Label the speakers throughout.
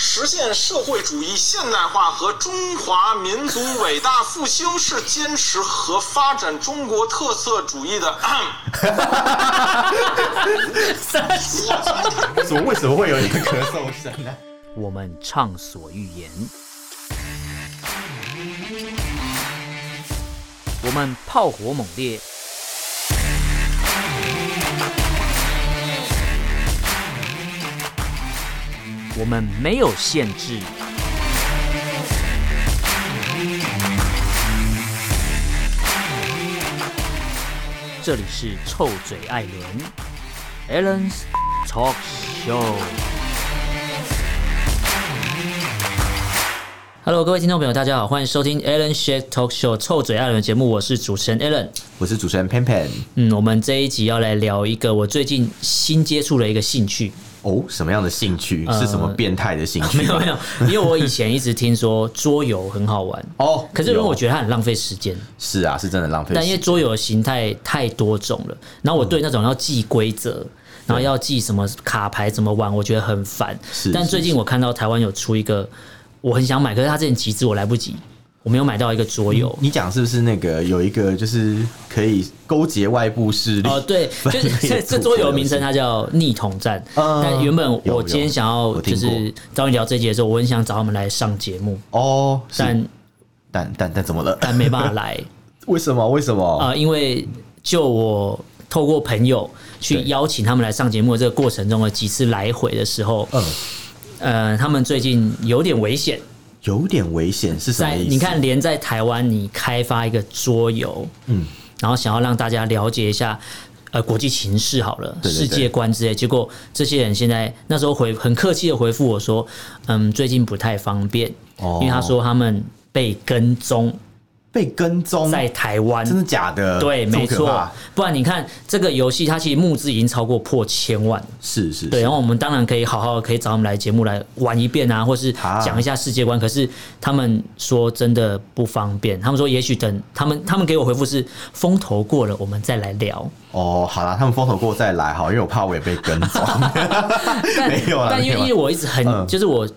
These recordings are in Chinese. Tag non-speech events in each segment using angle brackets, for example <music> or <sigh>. Speaker 1: 实现社会主义现代化和中华民族伟大复兴是坚持和发展中国特色主义的。
Speaker 2: 怎么为什么会有一个咳嗽声呢？
Speaker 3: 我们畅所欲言；我们炮火猛烈；我们没有限制。这里是臭嘴艾伦 a l l e n s Talk Show。Hello，各位听众朋友，大家好，欢迎收听 Alan Shake Talk Show 臭嘴艾伦节目，我是主持人 Alan。
Speaker 2: <laughs> 我是主持人 Pan Pan。
Speaker 3: 嗯，我们这一集要来聊一个我最近新接触的一个兴趣， <laughs>
Speaker 2: 哦，什么样的兴趣？
Speaker 3: 呃
Speaker 2: 是什么变态的兴趣？
Speaker 3: <laughs> 没有没有，因为我以前一直听说桌游很好玩，
Speaker 2: 哦，
Speaker 3: 可是如果我
Speaker 2: 得
Speaker 3: 觉得它很浪费时间，
Speaker 2: 是啊，是真的浪费时
Speaker 3: 但因为
Speaker 2: 间。
Speaker 3: 桌游的形态太多种了，然后我对那种要记规则。然后要记什么卡牌怎么玩，我觉得很烦
Speaker 2: 是。
Speaker 3: 但
Speaker 2: 是
Speaker 3: 最近我看到台湾有出一个，我很想买，可是它之前集资我来不及，我没有买到一个桌游。
Speaker 2: 你讲是不是那个有一个就是可以勾结外部势力？ <laughs>
Speaker 3: 哦，对，就是
Speaker 2: 反
Speaker 3: 这
Speaker 2: 面
Speaker 3: 这
Speaker 2: 突
Speaker 3: 桌游
Speaker 2: 破
Speaker 3: 名称
Speaker 2: 游戏
Speaker 3: 它叫逆统战。
Speaker 2: 嗯
Speaker 3: 但原本我
Speaker 2: 有
Speaker 3: 今天想要
Speaker 2: 有我
Speaker 3: 就
Speaker 2: 听过
Speaker 3: 是找你聊这节的时候，我很想找他们来上节目，
Speaker 2: 哦，是
Speaker 3: 但
Speaker 2: 但但但怎么了？
Speaker 3: 但没办法来
Speaker 2: <laughs> 为什么？为什么？
Speaker 3: 啊、因为就我透过朋友去
Speaker 2: 对
Speaker 3: 邀请他们来上节目的这个过程中的几次来回的时候，
Speaker 2: 嗯，
Speaker 3: 呃，他们最近有点危险，
Speaker 2: 有点危险，是什么
Speaker 3: 在
Speaker 2: 意思？
Speaker 3: 你看，，连在台湾你开发一个桌游，
Speaker 2: 嗯，
Speaker 3: 然后想要让大家了解一下。呃，国际情势好了，
Speaker 2: 对对对
Speaker 3: 世界观之类，结果这些人现在那时候回很客气的回复我说，嗯，最近不太方便，
Speaker 2: 哦
Speaker 3: 因为他说他们被跟踪
Speaker 2: 被跟踪，
Speaker 3: 在台湾，
Speaker 2: 真的假的？
Speaker 3: 对，
Speaker 2: 这么
Speaker 3: 没
Speaker 2: 可
Speaker 3: 错
Speaker 2: 怕，
Speaker 3: 不然你看这个游戏它其实募资已经超过破千万了，
Speaker 2: 是是，
Speaker 3: 对，
Speaker 2: 是
Speaker 3: 然后我们当然可以好好可以找他们来节目来玩一遍啊，或是
Speaker 2: 啊
Speaker 3: 讲一下世界观。可是他们说真的不方便，他们说也许等他们他们给我回复是风头过了，我们再来聊。
Speaker 2: 哦，好啦，他们风头过再来好，因为我怕我也被跟踪。 <laughs> <laughs> 没有啦，
Speaker 3: <laughs> 但因为
Speaker 2: 没
Speaker 3: 因为
Speaker 2: 有啦
Speaker 3: 我一直很、
Speaker 2: 嗯
Speaker 3: 就是我。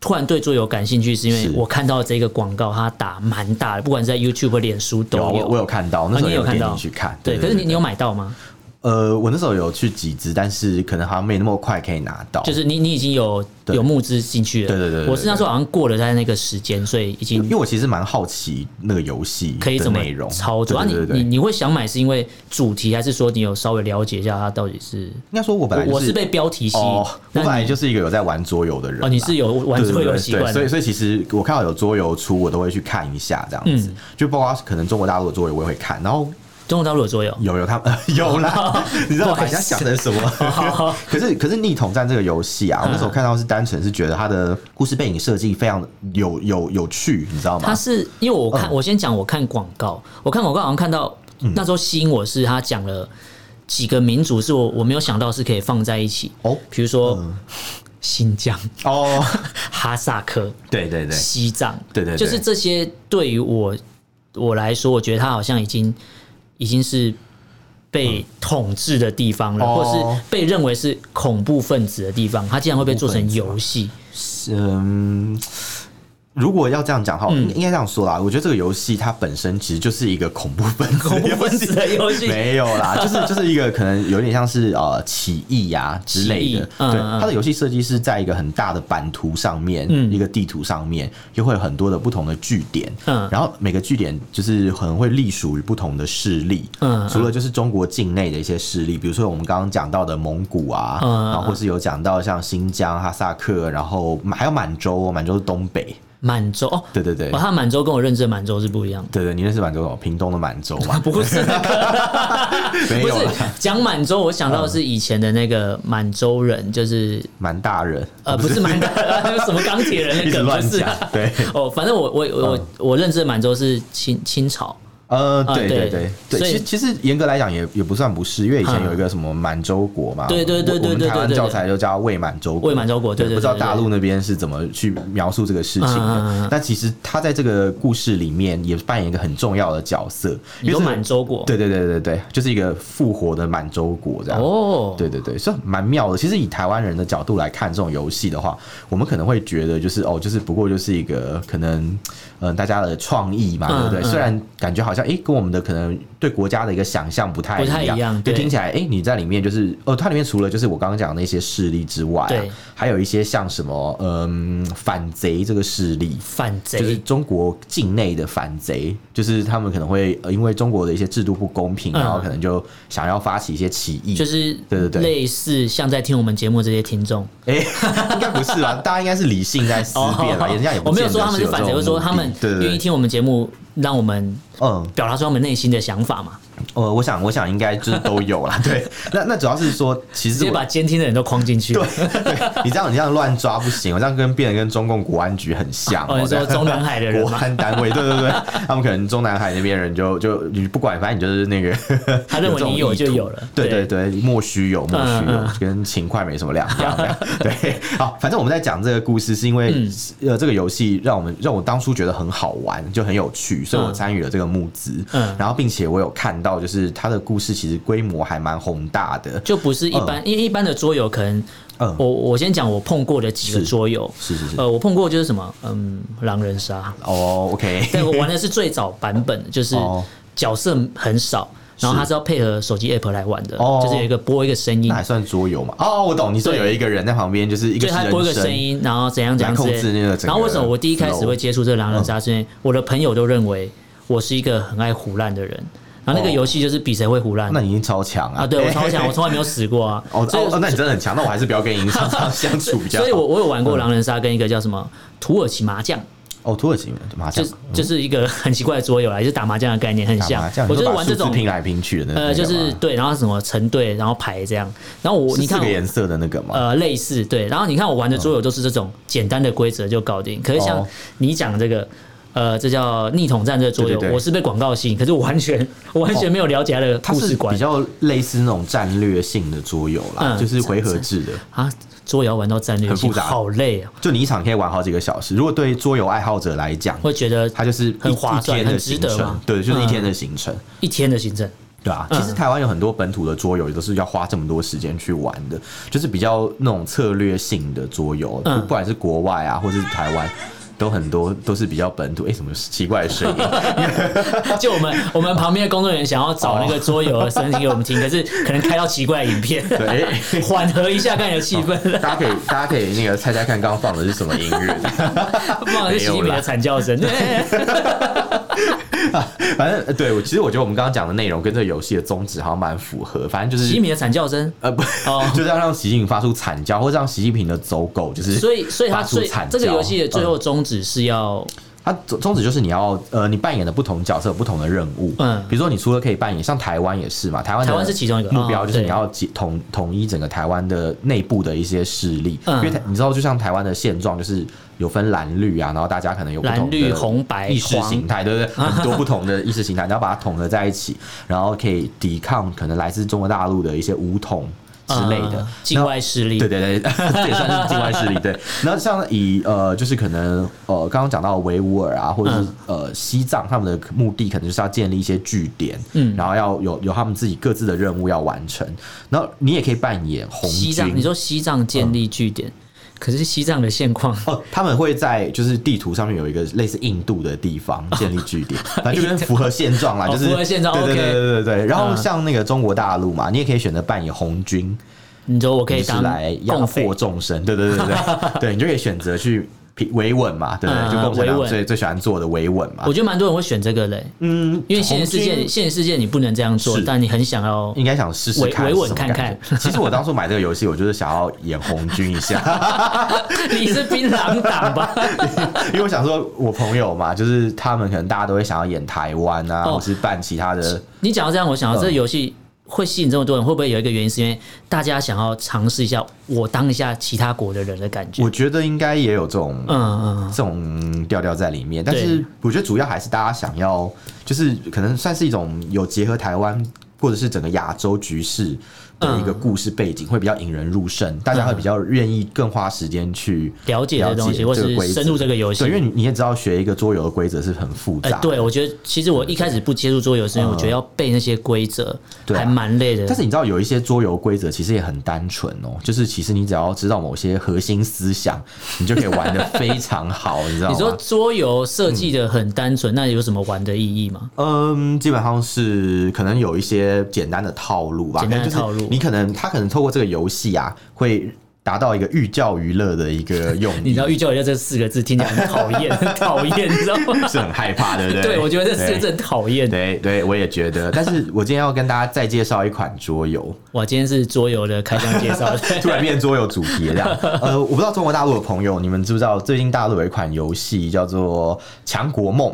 Speaker 3: 突然对桌游感兴趣，是因为
Speaker 2: 是
Speaker 3: 我看到这个广告，它打蛮大的，不管是在 YouTube 或脸书都
Speaker 2: 有我我有看到，那时
Speaker 3: 啊
Speaker 2: 候
Speaker 3: 你有看
Speaker 2: 点
Speaker 3: 到
Speaker 2: 进去看。
Speaker 3: 对，可是你你有
Speaker 2: 对
Speaker 3: 买到吗？
Speaker 2: 呃，我那时候有去集资，但是可能好像没那么快可以拿到。
Speaker 3: 就是你你已经有
Speaker 2: 对
Speaker 3: 有募资进去了，
Speaker 2: 对对对对
Speaker 3: 我是那时候好像过了在那个时间，所以已经
Speaker 2: 因为我其实蛮好奇那个游戏
Speaker 3: 可以
Speaker 2: 的
Speaker 3: 怎么
Speaker 2: 内容
Speaker 3: 操作？啊，
Speaker 2: 对
Speaker 3: 你
Speaker 2: 对对
Speaker 3: 你
Speaker 2: 对，
Speaker 3: 你会想买是因为主题，还是说你有稍微了解一下它到底是？
Speaker 2: 应该说我本来
Speaker 3: 我
Speaker 2: 就
Speaker 3: 我是被标题吸引，
Speaker 2: 哦，我
Speaker 3: 那
Speaker 2: 本来
Speaker 3: 你
Speaker 2: 就是一个有在玩桌游的人啦。
Speaker 3: 哦，你是有玩
Speaker 2: 对
Speaker 3: 桌
Speaker 2: 对
Speaker 3: 游
Speaker 2: 对
Speaker 3: 习
Speaker 2: 对
Speaker 3: 惯
Speaker 2: 所以
Speaker 3: 的，
Speaker 2: 所以其实我看到有桌游出，我都会去看一下这样子，
Speaker 3: 嗯
Speaker 2: 就包括可能中国大陆的桌游我也会看，然后
Speaker 3: 中国大陆有桌游
Speaker 2: 有有他们、 <laughs> 有
Speaker 3: <laughs>
Speaker 2: 啦，你知道我
Speaker 3: 不好
Speaker 2: 把
Speaker 3: 意
Speaker 2: 人
Speaker 3: 思
Speaker 2: 家想成什么？
Speaker 3: <laughs>
Speaker 2: <laughs>
Speaker 3: 好
Speaker 2: 可
Speaker 3: <laughs>
Speaker 2: 是可是逆统战这个游戏啊，我那时候
Speaker 3: 嗯
Speaker 2: 看到是单纯是觉得它的故事背景设计非常的有有有趣，你知道
Speaker 3: 它
Speaker 2: 吗？
Speaker 3: 是因为我看，
Speaker 2: 嗯
Speaker 3: 我先讲，我看广告，我看广告好像看到那时候吸引我是他讲了几个民族，是我我没有想到是可以放在一起
Speaker 2: 哦
Speaker 3: 比如说新疆、
Speaker 2: 哦，
Speaker 3: 哈萨克、
Speaker 2: 对对对
Speaker 3: 西藏，
Speaker 2: 对对对
Speaker 3: 就是这些对于我我来说，我觉得它好像已经已经是被统治的地方了，
Speaker 2: 哦
Speaker 3: 或者是被认为是恐怖分子的地方，它竟然会被做
Speaker 2: 恐
Speaker 3: 成
Speaker 2: 怖分子吗
Speaker 3: 游戏，
Speaker 2: 嗯，如果要这样讲的话，
Speaker 3: 嗯
Speaker 2: 应应该这样说啦。我觉得这个游戏它本身其实就是一个恐怖分子，
Speaker 3: <laughs> 恐怖分子的游戏
Speaker 2: 没有
Speaker 3: <laughs>
Speaker 2: 啦，就是就是一个可能有点像是呃起义呀、之类
Speaker 3: 起义
Speaker 2: 的。
Speaker 3: 嗯
Speaker 2: 对，
Speaker 3: 嗯
Speaker 2: 它的游戏设计是在一个很大的版图上面，
Speaker 3: 嗯
Speaker 2: 一个地图上面，又会有很多的不同的据点，
Speaker 3: 嗯
Speaker 2: 然后每个据点就是可能会隶属于不同的势力，
Speaker 3: 嗯嗯
Speaker 2: 除了就是中国境内的一些势力，比如说我们刚刚讲到的蒙古啊，
Speaker 3: 嗯嗯
Speaker 2: 然后或是有讲到像新疆、哈萨克，然后还有满洲，满洲是东北，
Speaker 3: 满洲哦。
Speaker 2: 对对对
Speaker 3: 哦，。他满洲跟我认知的满洲是不
Speaker 2: <laughs>
Speaker 3: 一样的。？
Speaker 2: 对对，你认识满洲什么？屏东的满洲嘛
Speaker 3: <laughs> 不是那
Speaker 2: 啊
Speaker 3: 个，
Speaker 2: 没
Speaker 3: 不
Speaker 2: 有
Speaker 3: 是
Speaker 2: 啦
Speaker 3: 讲满洲，我想到的是以前的那个满洲人，就是
Speaker 2: 满大人，
Speaker 3: 呃，不是满洲， <laughs> 什么钢铁
Speaker 2: 哦 <laughs>
Speaker 3: 人
Speaker 2: 一
Speaker 3: 那
Speaker 2: 直
Speaker 3: 个，
Speaker 2: 乱
Speaker 3: 不是
Speaker 2: 讲
Speaker 3: 啊。
Speaker 2: 对，哦
Speaker 3: 哦，反正我我我我认知的满洲是清清朝，
Speaker 2: 呃，
Speaker 3: 啊
Speaker 2: 对
Speaker 3: 对
Speaker 2: 对对对，
Speaker 3: 所以
Speaker 2: 其实其实严格来讲也也不算不是，因为以前有一个什么满洲国嘛，
Speaker 3: 嗯对对对
Speaker 2: 我
Speaker 3: 对对
Speaker 2: 我们台
Speaker 3: 对
Speaker 2: 湾
Speaker 3: 对对
Speaker 2: 教材就叫伪满洲国，
Speaker 3: 伪满洲国对对对
Speaker 2: 不知道
Speaker 3: 对对
Speaker 2: 大陆那边是怎么去描述这个事情
Speaker 3: 嗯嗯嗯嗯
Speaker 2: 的。但其实他在这个故事里面也扮演一个很重要的角色，因
Speaker 3: 你
Speaker 2: 为
Speaker 3: 说
Speaker 2: 这个
Speaker 3: 满洲国，
Speaker 2: 对对对对对，就是一个复活的满洲国这样。
Speaker 3: 哦，
Speaker 2: 啊对对对，是蛮妙的。其实以台湾人的角度来看这种游戏的话，我们可能会觉得就是哦，就是不过就是一个可能，嗯、大家的创意嘛，对
Speaker 3: 嗯
Speaker 2: 不对？
Speaker 3: 嗯
Speaker 2: 虽然感觉好像诶，跟我们的可能对国家的一个想象不太
Speaker 3: 不太
Speaker 2: 一样，
Speaker 3: 一样
Speaker 2: 就
Speaker 3: 对
Speaker 2: 听起来诶，你在里面就是哦，它里面除了就是我刚刚讲的那些势力之外、啊
Speaker 3: 对，
Speaker 2: 还有一些像什么嗯反贼这个势力，
Speaker 3: 反贼，
Speaker 2: 就是中国境内的反贼，就是他们可能会呃因为中国的一些制度不公平，
Speaker 3: 嗯
Speaker 2: 然后可能就想要发起一些起义，
Speaker 3: 就是
Speaker 2: 对对对
Speaker 3: 类似像在听我们节目这些听众，
Speaker 2: 哎、 <laughs> 应该不是吧？大家应该是理性在思辨吧？人家也不
Speaker 3: 哦我没
Speaker 2: 见
Speaker 3: 有
Speaker 2: 得
Speaker 3: 说他
Speaker 2: 是
Speaker 3: 们是
Speaker 2: 有这
Speaker 3: 反
Speaker 2: 种
Speaker 3: 贼，我是说他们
Speaker 2: 目的对
Speaker 3: 愿
Speaker 2: 对
Speaker 3: 意
Speaker 2: 对，
Speaker 3: 听我们节目，让我们
Speaker 2: 嗯，
Speaker 3: 表达出他们内心的想法嘛，
Speaker 2: 呃，我想，我想应该就是都有啦。 <laughs> 对，那那主要是说，其
Speaker 3: 直
Speaker 2: 实
Speaker 3: 接
Speaker 2: 我
Speaker 3: 把监听的人都框进去。对，
Speaker 2: 你这样你这样乱抓不行，我这样跟变得跟中共国安局很像、
Speaker 3: 哦，
Speaker 2: 哦
Speaker 3: 你
Speaker 2: 这
Speaker 3: 说
Speaker 2: 样
Speaker 3: 中南海的
Speaker 2: <laughs>
Speaker 3: 人
Speaker 2: 国
Speaker 3: 嘛，
Speaker 2: 安单位，对对对，他们可能中南海那边人就就你不管，反正你就是那个，
Speaker 3: <laughs> 他认为你有
Speaker 2: 这种
Speaker 3: 就
Speaker 2: 意图
Speaker 3: 有了
Speaker 2: 对
Speaker 3: 对
Speaker 2: 对对，莫须有，莫须
Speaker 3: 嗯
Speaker 2: 有，跟勤快没什么两样。这样对，好，反正我们在讲这个故事，是因
Speaker 3: 嗯
Speaker 2: 为呃，这个游戏让我们让我当初觉得很好玩，就很有趣，所以我
Speaker 3: 嗯
Speaker 2: 参与了这个募资，
Speaker 3: 嗯
Speaker 2: 然后并且我有看到，就是它的故事其实规模还蛮宏大的，
Speaker 3: 就不是一般，因为一般的桌游可能，
Speaker 2: 嗯
Speaker 3: 我我先讲我碰过的几个
Speaker 2: 是
Speaker 3: 桌游，
Speaker 2: 是是是，
Speaker 3: 呃，我碰过就是什么，嗯，狼
Speaker 2: <laughs>
Speaker 3: 人杀，
Speaker 2: 哦，OK，
Speaker 3: 但我玩的是最早版本，就是
Speaker 2: 哦
Speaker 3: 角色很少，然后它是要配合手机 app 来玩的，
Speaker 2: 哦
Speaker 3: 就是有一个播一个声音
Speaker 2: 那，还算桌游嘛？哦，我懂，你说
Speaker 3: 对
Speaker 2: 有一个人在旁边，就是一个
Speaker 3: 对，
Speaker 2: 是
Speaker 3: 它播一个
Speaker 2: 人
Speaker 3: 声音，然后怎样怎样
Speaker 2: 来
Speaker 3: 之
Speaker 2: 控
Speaker 3: 类
Speaker 2: 制那个整个
Speaker 3: 然后为什么我第一开始
Speaker 2: flow
Speaker 3: 会接触这个狼人杀，是因为我的朋友都认为我是一个很爱胡乱的人，然后那个
Speaker 2: 哦
Speaker 3: 游戏就是比谁会胡乱
Speaker 2: 那你已经超强啊！
Speaker 3: 啊，对我超强，我从来没有死过啊，
Speaker 2: <laughs> 哦
Speaker 3: 所以
Speaker 2: 哦哦，那你真的很强，那我还是不要跟银行上相处比较好。
Speaker 3: 所以我我有玩过狼人杀跟一个叫什么土耳其麻将。
Speaker 2: 哦，土耳其麻
Speaker 3: 就
Speaker 2: 将
Speaker 3: 是就是一个很奇怪的桌游啊啦，就是打麻将的概念很
Speaker 2: 打
Speaker 3: 像
Speaker 2: 麻将，。
Speaker 3: 我
Speaker 2: 你
Speaker 3: 就是
Speaker 2: 说把
Speaker 3: 玩这
Speaker 2: 数字
Speaker 3: 种，
Speaker 2: 拼来拼去的那个
Speaker 3: 呃，
Speaker 2: 嘛，
Speaker 3: 就是对，然后什么成对，然后牌这样。然后我
Speaker 2: 是
Speaker 3: 你
Speaker 2: 四
Speaker 3: 看
Speaker 2: 个
Speaker 3: 我，
Speaker 2: 颜色的那个嘛。
Speaker 3: 呃，类似对，然后你看我玩的桌游都是这种简单的规则就搞定。可是像
Speaker 2: 哦
Speaker 3: 你讲这个。呃，这叫逆统战这个桌游
Speaker 2: 对对，对哦
Speaker 3: 我是被广告吸引，可是我完全我完全没有了解它的
Speaker 2: 它
Speaker 3: 故
Speaker 2: 是
Speaker 3: 事观
Speaker 2: 比较类似那种战略性的桌游啦，
Speaker 3: 嗯
Speaker 2: 就是回合制的，
Speaker 3: 啊。桌游玩到战略
Speaker 2: 很
Speaker 3: 性，
Speaker 2: 复杂
Speaker 3: 好累啊，
Speaker 2: 就你一场可以玩好几个小时。如果对桌游爱好者来讲，
Speaker 3: 会
Speaker 2: <laughs>
Speaker 3: 觉得
Speaker 2: 它就是
Speaker 3: 很
Speaker 2: 一
Speaker 3: 划算
Speaker 2: 一天
Speaker 3: 很
Speaker 2: 的
Speaker 3: 值
Speaker 2: 行
Speaker 3: 得
Speaker 2: 程
Speaker 3: 嘛，
Speaker 2: 对，就是一天
Speaker 3: 嗯
Speaker 2: 的行程。
Speaker 3: 一天的行程。 <laughs>
Speaker 2: 对啊，
Speaker 3: 嗯
Speaker 2: 其实台湾有很多本土的桌游也都是要花这么多时间去玩的，就是比较那种策略性的桌游，
Speaker 3: 嗯
Speaker 2: 不不管是国外啊，或者是台湾。都很多都是比较本土，哎、什么奇怪的
Speaker 3: <laughs>
Speaker 2: 声音？
Speaker 3: 就我们我们旁边的工作人员想要找那个桌游的声音给我们听，可是可能开到奇怪的影片，
Speaker 2: 对，
Speaker 3: <laughs> 缓和一下看你的气
Speaker 2: <laughs>
Speaker 3: 氛。
Speaker 2: 大家可以大家可以那个猜猜看，刚刚放的是什么音乐？
Speaker 3: 不然是习近平的惨叫声。
Speaker 2: <laughs> 反正呃对我其实我觉得我们刚刚讲的内容跟这个游戏的宗旨好像蛮符合，反正就
Speaker 3: 习
Speaker 2: 是
Speaker 3: 近平的惨叫声。
Speaker 2: 呃不，
Speaker 3: 哦
Speaker 2: <laughs> 就是要让习近平发出惨叫，或者让习近平的走狗就是
Speaker 3: 所以，所以他
Speaker 2: 发出
Speaker 3: 最
Speaker 2: 惨
Speaker 3: 这个
Speaker 2: 叫
Speaker 3: 游戏的最后宗旨是要
Speaker 2: 它啊宗宗旨就是你要呃，你扮演的不同角色有不同的任务，
Speaker 3: 嗯
Speaker 2: 比如说你除了可以扮演，像台湾也是嘛，台湾的
Speaker 3: 台湾是其中一个
Speaker 2: 目标，
Speaker 3: 哦
Speaker 2: 就是
Speaker 3: 对
Speaker 2: 你要解统统一整个台湾的内部的一些势力，
Speaker 3: 嗯
Speaker 2: 因为台你知道，就像台湾的现状就是有分蓝绿啊，然后大家可能有不同
Speaker 3: 蓝
Speaker 2: 的
Speaker 3: 绿红白
Speaker 2: 意识
Speaker 3: 黄
Speaker 2: 形态，对
Speaker 3: <laughs>
Speaker 2: 不对？很多不同的意识形态，你要把它统合在一起，然后可以抵抗可能来自中国大陆的一些武统之类的
Speaker 3: 呃。境
Speaker 2: 啊那
Speaker 3: 外势力。
Speaker 2: 对对对， <laughs> 这也算是境外势力。对，然后像以呃，就是可能呃，刚刚讲到维吾尔啊，或者是、
Speaker 3: 嗯
Speaker 2: 呃西藏，他们的目的可能就是要建立一些据点，嗯，然后要有有他们自己各自的任务要完成。然后你也可以扮演红军，
Speaker 3: 西藏，你说西藏建立据点，可是西藏的现况，
Speaker 2: 哦，他们会在就是地图上面有一个类似印度的地方建立据
Speaker 3: <laughs>
Speaker 2: 点，反正就跟符合现状啦，
Speaker 3: 哦
Speaker 2: 就是
Speaker 3: 符合现状
Speaker 2: 对对
Speaker 3: OK
Speaker 2: 对对对对。然后
Speaker 3: 嗯
Speaker 2: 像那个中国大陆嘛，你也可以选择扮演红军，
Speaker 3: 你说我可以
Speaker 2: 就是
Speaker 3: 当
Speaker 2: 来压
Speaker 3: 共匪
Speaker 2: 迫众生，对对对对对，
Speaker 3: <laughs>
Speaker 2: 对你就可以选择去平维稳嘛，对不
Speaker 3: 嗯
Speaker 2: 对？就共产
Speaker 3: 维
Speaker 2: 党
Speaker 3: 稳
Speaker 2: 最最喜欢做的维稳嘛
Speaker 3: 我。觉得蛮多人会选这个嘞，
Speaker 2: 嗯，
Speaker 3: 因为现实世
Speaker 2: 红
Speaker 3: 界，
Speaker 2: 军
Speaker 3: 现实世界你不能这样做，
Speaker 2: 是
Speaker 3: 但你很想要
Speaker 2: 应该想试试看
Speaker 3: 维维稳
Speaker 2: 是什么感觉
Speaker 3: 看看
Speaker 2: 其实我当初买这个游戏，我就是想要演红军一
Speaker 3: <laughs>
Speaker 2: 下，
Speaker 3: 你是槟榔
Speaker 2: <laughs>
Speaker 3: 党吧？
Speaker 2: 因为我想说，我朋友嘛，就是他们可能大家都会想要演台湾啊，
Speaker 3: 哦
Speaker 2: 或是扮其他的。嗯
Speaker 3: 你讲到这样，我想到这个游戏。会吸引这么多人，会不会有一个原因是因为大家想要尝试一下我当一下其他国的人的感觉
Speaker 2: 我？觉得应该也有这种
Speaker 3: 嗯嗯
Speaker 2: 这种调调在里面，但
Speaker 3: 对
Speaker 2: 是我觉得主要还是大家想要，就是可能算是一种有结合台湾或者是整个亚洲局势的一个故事背景，会比较引人入胜，大家会比较愿意更花时间去
Speaker 3: 了解这
Speaker 2: 了
Speaker 3: 个东西，
Speaker 2: 解
Speaker 3: 或
Speaker 2: 这个
Speaker 3: 是
Speaker 2: 规则
Speaker 3: 深入这个游戏。
Speaker 2: 对，因为你你也知道，学一个桌游的规则是很复
Speaker 3: 哎、
Speaker 2: 杂的，
Speaker 3: 对，我觉得其实我一开始不接触桌游，是因为我觉得要背那些规则，
Speaker 2: 对啊
Speaker 3: 还蛮累的。
Speaker 2: 但是你知道有一些桌游规则其实也很单纯哦，就是其实你只要知道某些核心思想，你就可以玩的非常好，你知道
Speaker 3: <laughs> 你说
Speaker 2: 吗？
Speaker 3: 桌游设计的很单纯，那有什么玩的意义吗？
Speaker 2: 嗯，基本上是可能有一些简单的套路吧，
Speaker 3: 简单的
Speaker 2: 可能就是
Speaker 3: 套路
Speaker 2: 你可能他可能透过这个游戏啊，会达到一个寓教于乐的一个用意，
Speaker 3: <laughs> 你知道“寓教于乐”这四个字听起来很讨
Speaker 2: <laughs>
Speaker 3: 厌，很讨厌，你知道吗？
Speaker 2: 是很害怕，对不对？
Speaker 3: <laughs> 对，我觉得这四个字
Speaker 2: 对
Speaker 3: 很讨厌。
Speaker 2: 对对，我也觉得。但是我今天要跟大家再介绍一款桌
Speaker 3: <laughs>
Speaker 2: 游，
Speaker 3: 哇，今天是桌游的开箱介绍，
Speaker 2: <laughs> 突然变桌游主题了这样。呃，我不知道中国大陆的朋友，你们知不知道最近大陆有一款游戏叫做《强国梦》？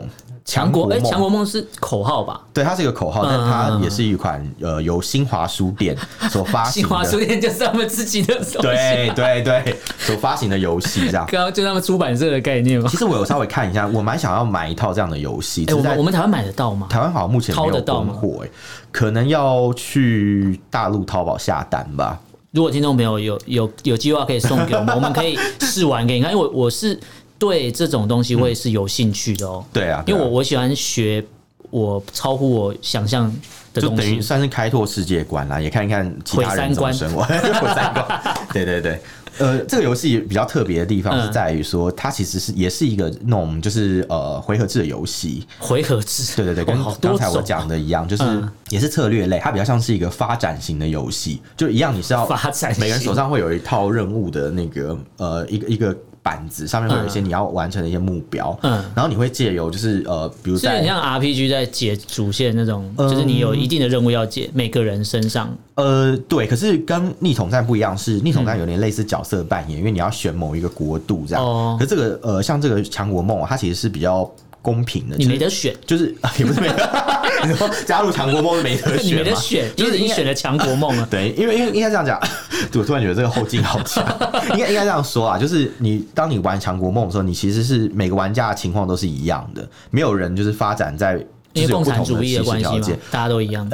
Speaker 3: 强国哎，
Speaker 2: 梦，
Speaker 3: 强国嗯梦是口号吧？
Speaker 2: 对，它是一个口号，但它也是一款呃由新华书店所发行
Speaker 3: 新 <laughs>
Speaker 2: 的。
Speaker 3: 华书店就是他们自己的东西，
Speaker 2: 对对对，所发行的游戏这样。
Speaker 3: <laughs> 刚刚就是他们出版社的概念嘛
Speaker 2: 其。实我有稍微看一下，我蛮想要买一套这样的游戏。
Speaker 3: 哎，
Speaker 2: 只
Speaker 3: 我
Speaker 2: 是在
Speaker 3: 们我们台湾买得到吗？
Speaker 2: 台湾好像目前没
Speaker 3: 掏得
Speaker 2: 有
Speaker 3: 到
Speaker 2: 供
Speaker 3: 吗
Speaker 2: 货，哎，可能要去大陆淘宝下单吧。
Speaker 3: 如果听众朋友有有有计划可以送给我
Speaker 2: <laughs>
Speaker 3: 们，我们可以试玩给你看，因为我我是对这种东西会是有兴趣的哦。
Speaker 2: 嗯对啊，对
Speaker 3: 因
Speaker 2: 啊
Speaker 3: 为我我喜欢学我超乎我想象的
Speaker 2: 就
Speaker 3: 东
Speaker 2: 等于
Speaker 3: 西。
Speaker 2: 算是开拓世界观啦，也看一看其他人怎
Speaker 3: <laughs>
Speaker 2: 么生活，毁三观。 <laughs> 对对对，呃，这个游戏比较特别的地方
Speaker 3: 嗯
Speaker 2: 是在于说，它其实是也是一个那种就是呃回合制的游戏。
Speaker 3: 回合制，
Speaker 2: 对对对，
Speaker 3: 哇
Speaker 2: 跟
Speaker 3: 好多
Speaker 2: 刚才
Speaker 3: 种啊
Speaker 2: 我讲的一样，就是
Speaker 3: 嗯
Speaker 2: 也是策略类，它比较像是一个发展型的游戏，就一样你是要
Speaker 3: 发展型
Speaker 2: 每个人手上会有一套任务的那个呃一个一个板子，上面会有一些你要完成的一些目标，
Speaker 3: 嗯
Speaker 2: 然后你会借由就是呃，比如
Speaker 3: 是很
Speaker 2: 在
Speaker 3: 像 RPG 在解主线那种，
Speaker 2: 嗯
Speaker 3: 就是你有一定的任务要解，每个人身上
Speaker 2: 呃，对，可是跟逆统战不一样，是逆统战有点类似角色扮演，因为你要选某一个国度这样。
Speaker 3: 哦
Speaker 2: 可是这个呃，像这个强国梦啊，它其实是比较公平的，就
Speaker 3: 你
Speaker 2: 是
Speaker 3: 没得选，
Speaker 2: 就是、 <laughs> 啊、也不是没得， <laughs> 你说加入强国梦是没得选
Speaker 3: <laughs> 你
Speaker 2: 吗？。
Speaker 3: 没得选，因为你选了强国梦啊
Speaker 2: 对，因为因为应该这样讲， <laughs> 我突然觉得这个后劲好强。
Speaker 3: <laughs>
Speaker 2: 应该应该这样说啊，就是你当你玩强国梦的时候，你其实是每个玩家的情况都是一样的，没有人就是发展在 <laughs> 就
Speaker 3: 因
Speaker 2: 是
Speaker 3: 为
Speaker 2: 有
Speaker 3: 共
Speaker 2: 不
Speaker 3: 产
Speaker 2: 同
Speaker 3: 主义
Speaker 2: 的起
Speaker 3: 的
Speaker 2: 始
Speaker 3: 关系
Speaker 2: 条
Speaker 3: 嘛
Speaker 2: 件，，
Speaker 3: 大家都一
Speaker 2: <laughs>
Speaker 3: 样，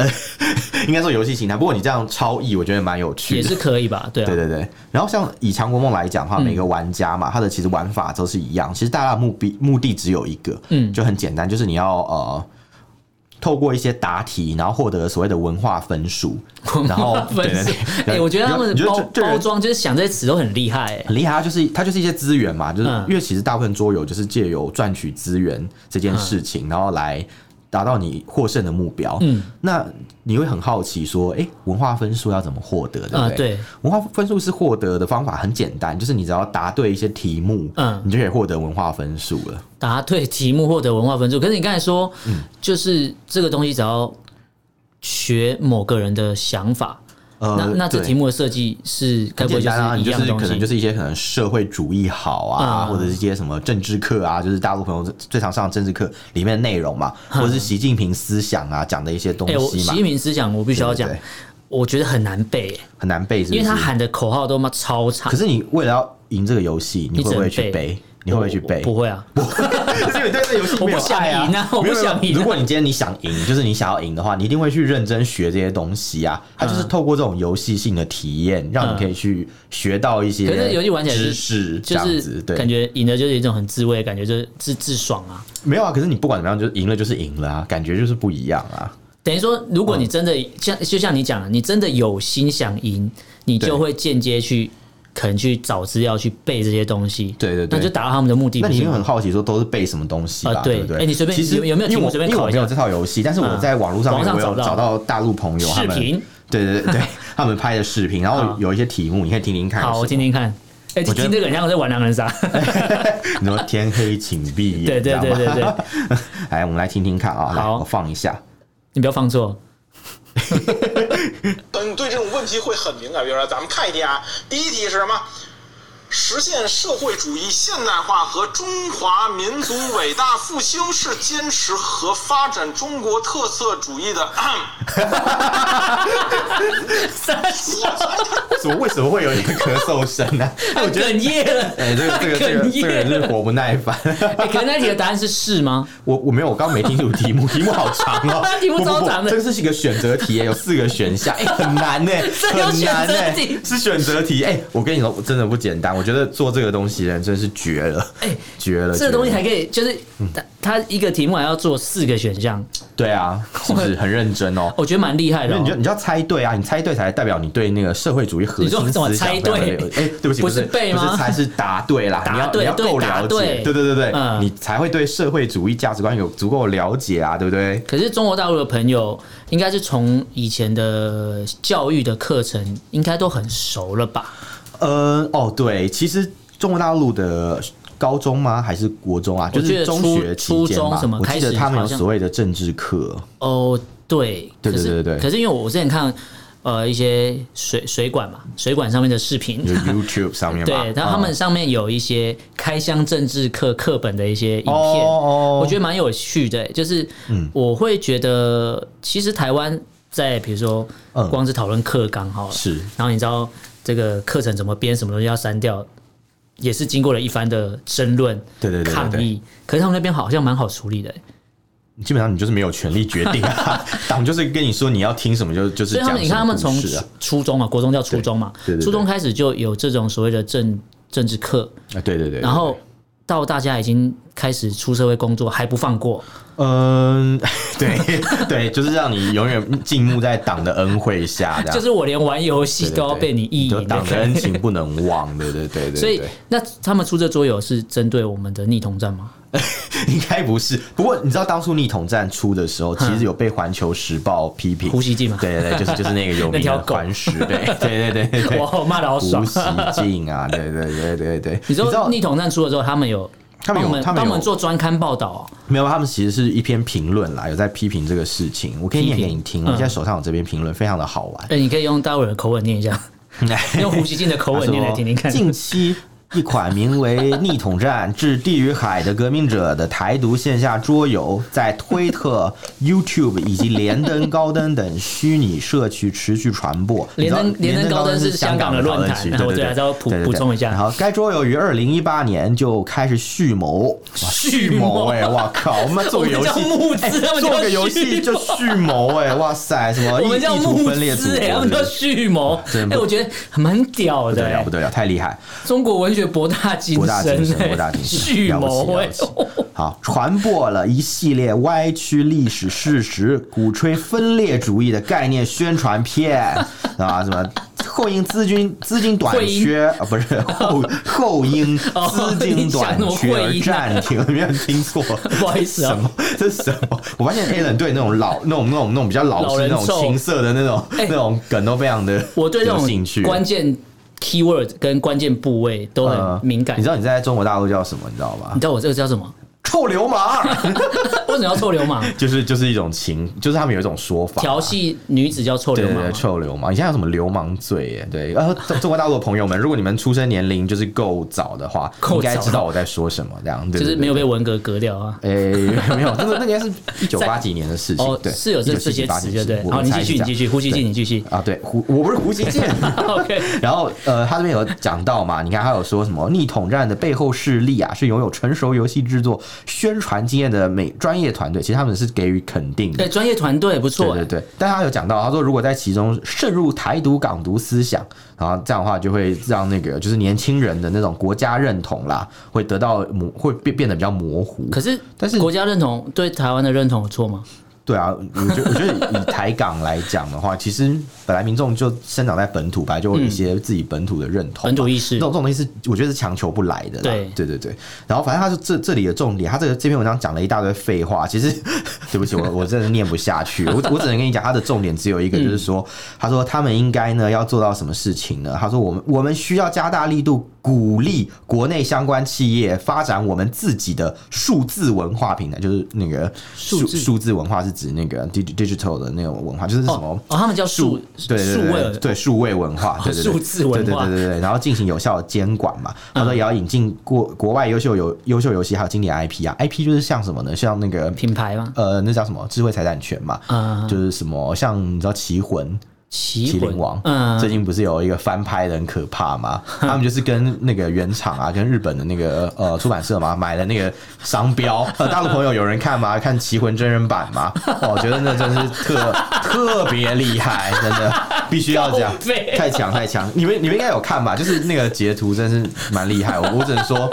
Speaker 2: 应该说游戏形态。不过你这样超译，我觉得蛮有趣的。
Speaker 3: 也是嗯可以吧？对
Speaker 2: 对
Speaker 3: 啊，
Speaker 2: 对对，然后像以强国梦来讲的话，每个玩家嘛，他的其实玩法都是一样，其实大家的目的目的只有一个，
Speaker 3: 嗯
Speaker 2: 就很简单，就是你要呃。透过一些答题，然后获得所谓的文化分数，
Speaker 3: <laughs>
Speaker 2: <laughs> 然后对对
Speaker 3: 分析
Speaker 2: 对，
Speaker 3: 哎，我觉得他们
Speaker 2: 你
Speaker 3: 的
Speaker 2: 就
Speaker 3: 包
Speaker 2: 你就这这
Speaker 3: 包
Speaker 2: 人
Speaker 3: 装就是想这些词都很厉害，哎
Speaker 2: 很厉害，它就是它就是一些资源嘛，就是、
Speaker 3: 嗯
Speaker 2: 因为其实大部分桌游就是借由赚取资源这
Speaker 3: 嗯
Speaker 2: 件事情，然后来达到你获胜的目标。
Speaker 3: 嗯，
Speaker 2: 那你会很好奇说，诶，文化分数要怎么获得，对不对？
Speaker 3: 啊对
Speaker 2: 文化分数是获得的方法很简单，就是你只要答对一些题目，
Speaker 3: 嗯
Speaker 2: 你就可以获得文化分数了。
Speaker 3: 答对题目获得文化分数。可是你刚才说，
Speaker 2: 嗯
Speaker 3: 就是这个东西只要学某个人的想法，
Speaker 2: 呃
Speaker 3: 那那这
Speaker 2: 对
Speaker 3: 题目的设计是该
Speaker 2: 很
Speaker 3: 不会
Speaker 2: 简
Speaker 3: 就
Speaker 2: 单啊，
Speaker 3: 是
Speaker 2: 你
Speaker 3: 一
Speaker 2: 就
Speaker 3: 样
Speaker 2: 是
Speaker 3: 的东
Speaker 2: 可
Speaker 3: 西？
Speaker 2: 能就是一些可能社会主义好啊，
Speaker 3: 嗯
Speaker 2: 或者是一些什么政治课啊，就是大陆朋友最最常上的政治课里面的内容嘛，或者是习近平思想啊讲的一些东
Speaker 3: 嗯哎、我
Speaker 2: 西
Speaker 3: 习
Speaker 2: 嘛，
Speaker 3: 近平思想我必须要
Speaker 2: 对
Speaker 3: 讲
Speaker 2: 对对，
Speaker 3: 我觉得很难背、哎
Speaker 2: 很难背是不是，
Speaker 3: 因为他喊的口号都妈超长
Speaker 2: 可。是你为了要赢这个游戏，你会不会
Speaker 3: 你只
Speaker 2: 去
Speaker 3: 能背
Speaker 2: 背？你会不会去背？
Speaker 3: 我不会啊，
Speaker 2: <laughs> 就是因为你对这个游戏没有爱
Speaker 3: 我不想赢啊我不
Speaker 2: 没有没有
Speaker 3: 想赢啊
Speaker 2: 如果你今天你想赢，就是你想要赢的话，你一定会去认真学这些东西啊。它
Speaker 3: 嗯
Speaker 2: 就是透过这种游戏性的体验，让你可以去学到一些
Speaker 3: 可是游戏玩起来就是
Speaker 2: 知识，这
Speaker 3: 就
Speaker 2: 样
Speaker 3: 是
Speaker 2: 子对
Speaker 3: 感觉赢的就是一种很自慰的感觉，就是自自爽啊。
Speaker 2: 没有啊，可是你不管怎么样，就是赢了就是赢了啊，感觉就是不一样啊。
Speaker 3: 等于说，如果你
Speaker 2: 嗯
Speaker 3: 真的像、就像你讲的，你真的有心想赢，你
Speaker 2: 对
Speaker 3: 就会间接去可能去找资料去背这些东西，
Speaker 2: 对对对
Speaker 3: 那就达到他们的目的。
Speaker 2: 那你一
Speaker 3: 不是
Speaker 2: 定
Speaker 3: 吗
Speaker 2: 很好奇说都是背什么东西吧？
Speaker 3: 啊对
Speaker 2: 不对？
Speaker 3: 哎你随便
Speaker 2: 其实
Speaker 3: 有有没有题
Speaker 2: 因为
Speaker 3: 目
Speaker 2: 我
Speaker 3: 随便
Speaker 2: 因为
Speaker 3: 考
Speaker 2: 我
Speaker 3: 一
Speaker 2: 没有
Speaker 3: 下
Speaker 2: 这套游戏，但是我
Speaker 3: 嗯
Speaker 2: 在网络上面
Speaker 3: 网上
Speaker 2: 我有
Speaker 3: 找到
Speaker 2: 找到大陆朋友他们
Speaker 3: 视频
Speaker 2: 对对
Speaker 3: <laughs>
Speaker 2: 对对，他们拍的视频，然后
Speaker 3: 好
Speaker 2: 有一些题目，你可以听听看。
Speaker 3: 好，我听。听看。哎、
Speaker 2: 我觉得
Speaker 3: 听这个很像在玩狼人杀，
Speaker 2: <laughs> 你说天黑请闭眼，
Speaker 3: <laughs> 对对对
Speaker 2: 这样吗
Speaker 3: 对
Speaker 2: <laughs> 来，我们来听听看啊，来
Speaker 3: 好
Speaker 2: 我放一下。
Speaker 3: 你不要放错。
Speaker 2: <laughs>
Speaker 1: 嗯，对这种问题会很敏感。比如说，咱们看一题啊，第一题是什么？实现社会主义现代化和中华民族伟大复兴是坚持和发展中国特色主义的。嗯
Speaker 2: 怎么为什么会有一个咳嗽声呢、
Speaker 3: 他
Speaker 2: 我觉得
Speaker 3: 哽，咽了，
Speaker 2: <laughs> 哎、这个这个这个这
Speaker 3: <laughs> 哽
Speaker 2: 个
Speaker 3: 咽
Speaker 2: 人是
Speaker 3: 了。
Speaker 2: 活不耐烦。 <laughs>
Speaker 3: 哎，可能那题的答案是是吗？
Speaker 2: 我我没有，我刚没听清楚题
Speaker 3: <laughs>，
Speaker 2: 目，题目好长哦
Speaker 3: 题目
Speaker 2: 不不
Speaker 3: 超
Speaker 2: 不
Speaker 3: 长的
Speaker 2: 这个是一个选择题耶，有四个选项，哎、很难呢，
Speaker 3: <laughs> 这有
Speaker 2: 很难
Speaker 3: 选择
Speaker 2: 呢
Speaker 3: 题，
Speaker 2: 是选择题，哎、我跟你说，我真的不简单，我觉得做这个东西的人真是绝了，哎、绝了，
Speaker 3: 这个东西
Speaker 2: 绝了
Speaker 3: 还可以，就是
Speaker 2: 嗯
Speaker 3: 它它一个题目还要做四个选项，
Speaker 2: 对啊，是
Speaker 3: <laughs>
Speaker 2: 不是很认真哦？
Speaker 3: 我觉得蛮厉害
Speaker 2: 因
Speaker 3: 的、
Speaker 2: 为
Speaker 3: 哦
Speaker 2: 你就。你就要猜对啊，你猜对才代表你对那个社会主义核
Speaker 3: 你说
Speaker 2: 心
Speaker 3: 怎么
Speaker 2: 思想
Speaker 3: 猜
Speaker 2: 非常的
Speaker 3: 对
Speaker 2: 了解哎，对不起，
Speaker 3: 不
Speaker 2: 不
Speaker 3: 是背吗
Speaker 2: 不是猜是答对啦，
Speaker 3: 答
Speaker 2: 你要
Speaker 3: 对
Speaker 2: 你要够
Speaker 3: 对答
Speaker 2: 了
Speaker 3: 对
Speaker 2: 解，对对对对，
Speaker 3: 嗯
Speaker 2: 你才会对社会主义价值观有足够的了解啊，对不对？
Speaker 3: 可是中国大陆的朋友，应该是从以前的教育的课程，应该都很熟了吧？
Speaker 2: 呃，哦，对，其实中国大陆的。高中吗？还是国中啊？
Speaker 3: 我
Speaker 2: 就
Speaker 3: 记得
Speaker 2: 是中学
Speaker 3: 初
Speaker 2: 期间
Speaker 3: 初中
Speaker 2: 吧
Speaker 3: 什么。
Speaker 2: 我记
Speaker 3: 开
Speaker 2: 得
Speaker 3: 始
Speaker 2: 他们
Speaker 3: 好
Speaker 2: 有
Speaker 3: 像
Speaker 2: 所谓的政治课，
Speaker 3: 哦，对，
Speaker 2: 对
Speaker 3: 可是
Speaker 2: 对对对
Speaker 3: 可是因为我之前看呃一些水水管嘛，水管上面的视频 <laughs>
Speaker 2: 就。是 YouTube 上面
Speaker 3: 对
Speaker 2: 吧。，
Speaker 3: 然后他们
Speaker 2: 嗯
Speaker 3: 上面有一些开箱政治课课本的一些影片，
Speaker 2: 哦嗯
Speaker 3: 我觉得蛮有趣的、欸就是我会觉得，其实台湾在比如说
Speaker 2: 嗯
Speaker 3: 光是讨论课纲好了，
Speaker 2: 是
Speaker 3: 然后你知道这个课程怎么编，什么东西要删掉，也是经过了一番的争论、
Speaker 2: 对对对对对
Speaker 3: 抗议。可是他们那边好像蛮好处理的、
Speaker 2: 基本上你就是没有权利决定
Speaker 3: <laughs>
Speaker 2: 啊，党就是跟你说你要听什么就就是
Speaker 3: 所以
Speaker 2: 讲什么
Speaker 3: 他们你看他们
Speaker 2: 故
Speaker 3: 从
Speaker 2: 事啊
Speaker 3: 初中啊，国中叫初中嘛，
Speaker 2: 对对对对
Speaker 3: 初中开始就有这种所谓的政政治课，
Speaker 2: 啊对对对对，
Speaker 3: 然后到大家已经开始出社会工作还不放过，
Speaker 2: 嗯， <laughs> 对对，就是让你永远静沐在党的恩惠下，这样
Speaker 3: 就是我连玩游
Speaker 2: 对
Speaker 3: 戏
Speaker 2: 对
Speaker 3: 都要
Speaker 2: 啊对
Speaker 3: 被你意
Speaker 2: 就
Speaker 3: 淫的
Speaker 2: 党的
Speaker 3: 感
Speaker 2: 恩
Speaker 3: 觉。
Speaker 2: 情不能忘，对对对对对。
Speaker 3: 所以，那他们出这桌游是针对我们的逆童战吗？
Speaker 2: <laughs> 应该不是。不过你知道当初逆统战出的时候，其实有被《环球时报》批评，
Speaker 3: 胡锡进嘛
Speaker 2: 对对对，就是就是那个有
Speaker 3: <laughs> 那
Speaker 2: 名
Speaker 3: 条
Speaker 2: 的
Speaker 3: 狗
Speaker 2: 环时，
Speaker 3: <laughs>
Speaker 2: 对对对对对。
Speaker 3: 哇，骂的好爽
Speaker 2: 胡！锡进
Speaker 3: <laughs>
Speaker 2: 啊，对对对对对，
Speaker 3: 你
Speaker 2: 知
Speaker 3: 说
Speaker 2: 道
Speaker 3: 逆统战出了之后，他们有
Speaker 2: 他们
Speaker 3: 帮
Speaker 2: 有
Speaker 3: 我们
Speaker 2: 他们
Speaker 3: 帮我们
Speaker 2: 有
Speaker 3: 做专刊报道哦，
Speaker 2: 没有，他们其实是一篇评论啦，有在批评这个事情。我可以
Speaker 3: 批
Speaker 2: 念
Speaker 3: 评
Speaker 2: 给你听，
Speaker 3: 嗯
Speaker 2: 我现在手上有这篇评论，非常的好玩。
Speaker 3: 哎，你可以用大陆人的口吻念
Speaker 2: <laughs>
Speaker 3: 一下，用胡锡进的口吻念来听听看
Speaker 2: 他。说近期。一款名为《逆统战：致地与海的革命者》的台独线下桌游，在推
Speaker 3: <laughs>
Speaker 2: 特、YouTube 以及连登、高登等虚拟社区持续传播。
Speaker 3: <laughs> 连登
Speaker 2: 你知道
Speaker 3: 连登高登是香港的
Speaker 2: 讨论
Speaker 3: 论坛
Speaker 2: 区
Speaker 3: 然后
Speaker 2: 对对
Speaker 3: 我
Speaker 2: 对，
Speaker 3: 对来稍微补
Speaker 2: 对对对
Speaker 3: 补充一下
Speaker 2: 然后该桌游于二零一八年就开始蓄谋，
Speaker 3: <laughs>
Speaker 2: 哇
Speaker 3: 蓄
Speaker 2: 蓄
Speaker 3: 谋
Speaker 2: 谋
Speaker 3: <laughs>
Speaker 2: 哎，哇靠！我们做个游
Speaker 3: 我们叫募
Speaker 2: 戏，
Speaker 3: 资
Speaker 2: 哎 <laughs>
Speaker 3: 他们叫
Speaker 2: 做个游戏就蓄谋哎，哇塞，什么
Speaker 3: <laughs> 我
Speaker 2: 意
Speaker 3: 们叫
Speaker 2: 意
Speaker 3: 募
Speaker 2: 图
Speaker 3: 资
Speaker 2: 分裂组
Speaker 3: 哎、
Speaker 2: 织，
Speaker 3: 他们叫蓄谋。哎、
Speaker 2: 真不
Speaker 3: 我觉得蛮屌
Speaker 2: 不
Speaker 3: 的、
Speaker 2: 得了，
Speaker 3: 哎
Speaker 2: 不得了，太厉害！
Speaker 3: 中国文学博大精
Speaker 2: 博
Speaker 3: 深、
Speaker 2: 大
Speaker 3: 哎，
Speaker 2: 精深，博大精深，
Speaker 3: 蓄
Speaker 2: 了不起
Speaker 3: 谋、
Speaker 2: 了
Speaker 3: 哎
Speaker 2: 不起。好，传播了一系列歪曲历史事实、鼓吹分裂主义的概念宣传片啊，什么后因资金资金短缺啊，不是后后因资金短缺而暂停，没有听错，
Speaker 3: 不好意思啊
Speaker 2: 什么这是什么？我发现 a l a n 对那种老、那种、那种、那种比较老
Speaker 3: 老
Speaker 2: 式、
Speaker 3: 人
Speaker 2: 那种
Speaker 3: 臭
Speaker 2: 情色的那种、
Speaker 3: 哎
Speaker 2: 那种梗都非常的
Speaker 3: 我对这
Speaker 2: 有兴趣
Speaker 3: 种。关键 keyword 跟关键部位都
Speaker 2: 呃
Speaker 3: 很敏感。
Speaker 2: 你知
Speaker 3: 道，
Speaker 2: 道你在中国大陆叫什么？你知道吧
Speaker 3: 你？知道我这个叫什么？ <laughs>
Speaker 2: 臭流氓，
Speaker 3: 为什么要臭流氓？
Speaker 2: 就是就是一种情，就是他们有一种说法，
Speaker 3: 调戏女子叫臭
Speaker 2: 对
Speaker 3: 流
Speaker 2: 对
Speaker 3: 氓
Speaker 2: 对，
Speaker 3: 吗？
Speaker 2: 臭流氓。你现在有什么流氓罪耶？对，然后中中国大陆的朋友们，如果你们出生年龄就是够早的话，
Speaker 3: 够早
Speaker 2: 应该知道我在说什么，这样对
Speaker 3: 就是没有。
Speaker 2: 对
Speaker 3: 被
Speaker 2: 对
Speaker 3: 文革革掉啊。
Speaker 2: 诶，没有，那个那个应该是一九八几年的事情
Speaker 3: 哦，，
Speaker 2: 对，
Speaker 3: 是有这这些
Speaker 2: 1978
Speaker 3: 词，
Speaker 2: 年
Speaker 3: 对
Speaker 2: 的
Speaker 3: 不对
Speaker 2: 事？情
Speaker 3: 好，你继续，你继续，呼吸进，你
Speaker 2: 我
Speaker 3: 继续 <laughs>
Speaker 2: 我猜是这样。啊，对，胡，我不是胡锡进。
Speaker 3: OK，
Speaker 2: 然后呃，他这边有讲到嘛，你看他有说什么逆统战的背后势力啊，是拥有成熟游戏制作宣传经验的美专业团队，其实他们是给予肯定的
Speaker 3: 对，。专业团队不错、啊
Speaker 2: 对对对，但他有讲到，他说如果在其中渗入台独、港独思想，然后这样的话就会让那个就是年轻人的那种国家认同啦，会得到模会变变得比较模糊。
Speaker 3: 可是，
Speaker 2: 但是
Speaker 3: 国家认同对台湾的认同有错吗？
Speaker 2: 对啊，我觉我觉得以台港来讲的话，其实本来民众就生长在本土，本来就有一些自己本土的认同嘛、
Speaker 3: 嗯本土意识
Speaker 2: 这种这种东西是我觉得是强求不来的啦。
Speaker 3: 对
Speaker 2: 对对对。然后反正他就这这里的重点，他这个这篇文章讲了一大堆废话，其实 <laughs> 对不起，我我真的念不下去，我我只能跟你讲，他的重点只有一
Speaker 3: 嗯
Speaker 2: 个，就是说，他说他们应该呢要做到什么事情呢？他说我们我们需要加大力度鼓励国内相关企业发展我们自己的数字文化平台，就是那个
Speaker 3: 数
Speaker 2: 数
Speaker 3: 字
Speaker 2: 数字文化是指那个 dig- digital 的那种文化，就是什么
Speaker 3: 哦，哦他们叫数
Speaker 2: 对对
Speaker 3: 数位哦
Speaker 2: 对对数位文化，
Speaker 3: <laughs>
Speaker 2: 对对对
Speaker 3: 数字文化
Speaker 2: 对对对对，然后进行有效的监管嘛。他说也要引进国国外优秀游优秀游戏还有经典 IP 啊，IP 就是像什么呢？像那个
Speaker 3: 品牌吗？
Speaker 2: 呃，那叫什么智慧财产权嘛，
Speaker 3: 嗯
Speaker 2: 就是什么像你知道棋魂。
Speaker 3: 奇
Speaker 2: 麒
Speaker 3: 魂
Speaker 2: 麟王，最
Speaker 3: 嗯，
Speaker 2: 近不是有一个翻拍的很可怕
Speaker 3: <laughs>
Speaker 2: 吗？他们就是跟那个原厂啊，跟日本的那个呃出版社嘛，买了那个商
Speaker 3: <laughs>
Speaker 2: 标。呃，大陆朋友有人看吗？看《棋魂》真人版吗？哦我觉得那真是
Speaker 3: <laughs>
Speaker 2: 特特别厉害，真的必须要这样
Speaker 3: 靠背，
Speaker 2: 太强太强！你们你们应该有看吧？就是那个截图真是蛮厉害，我我只能说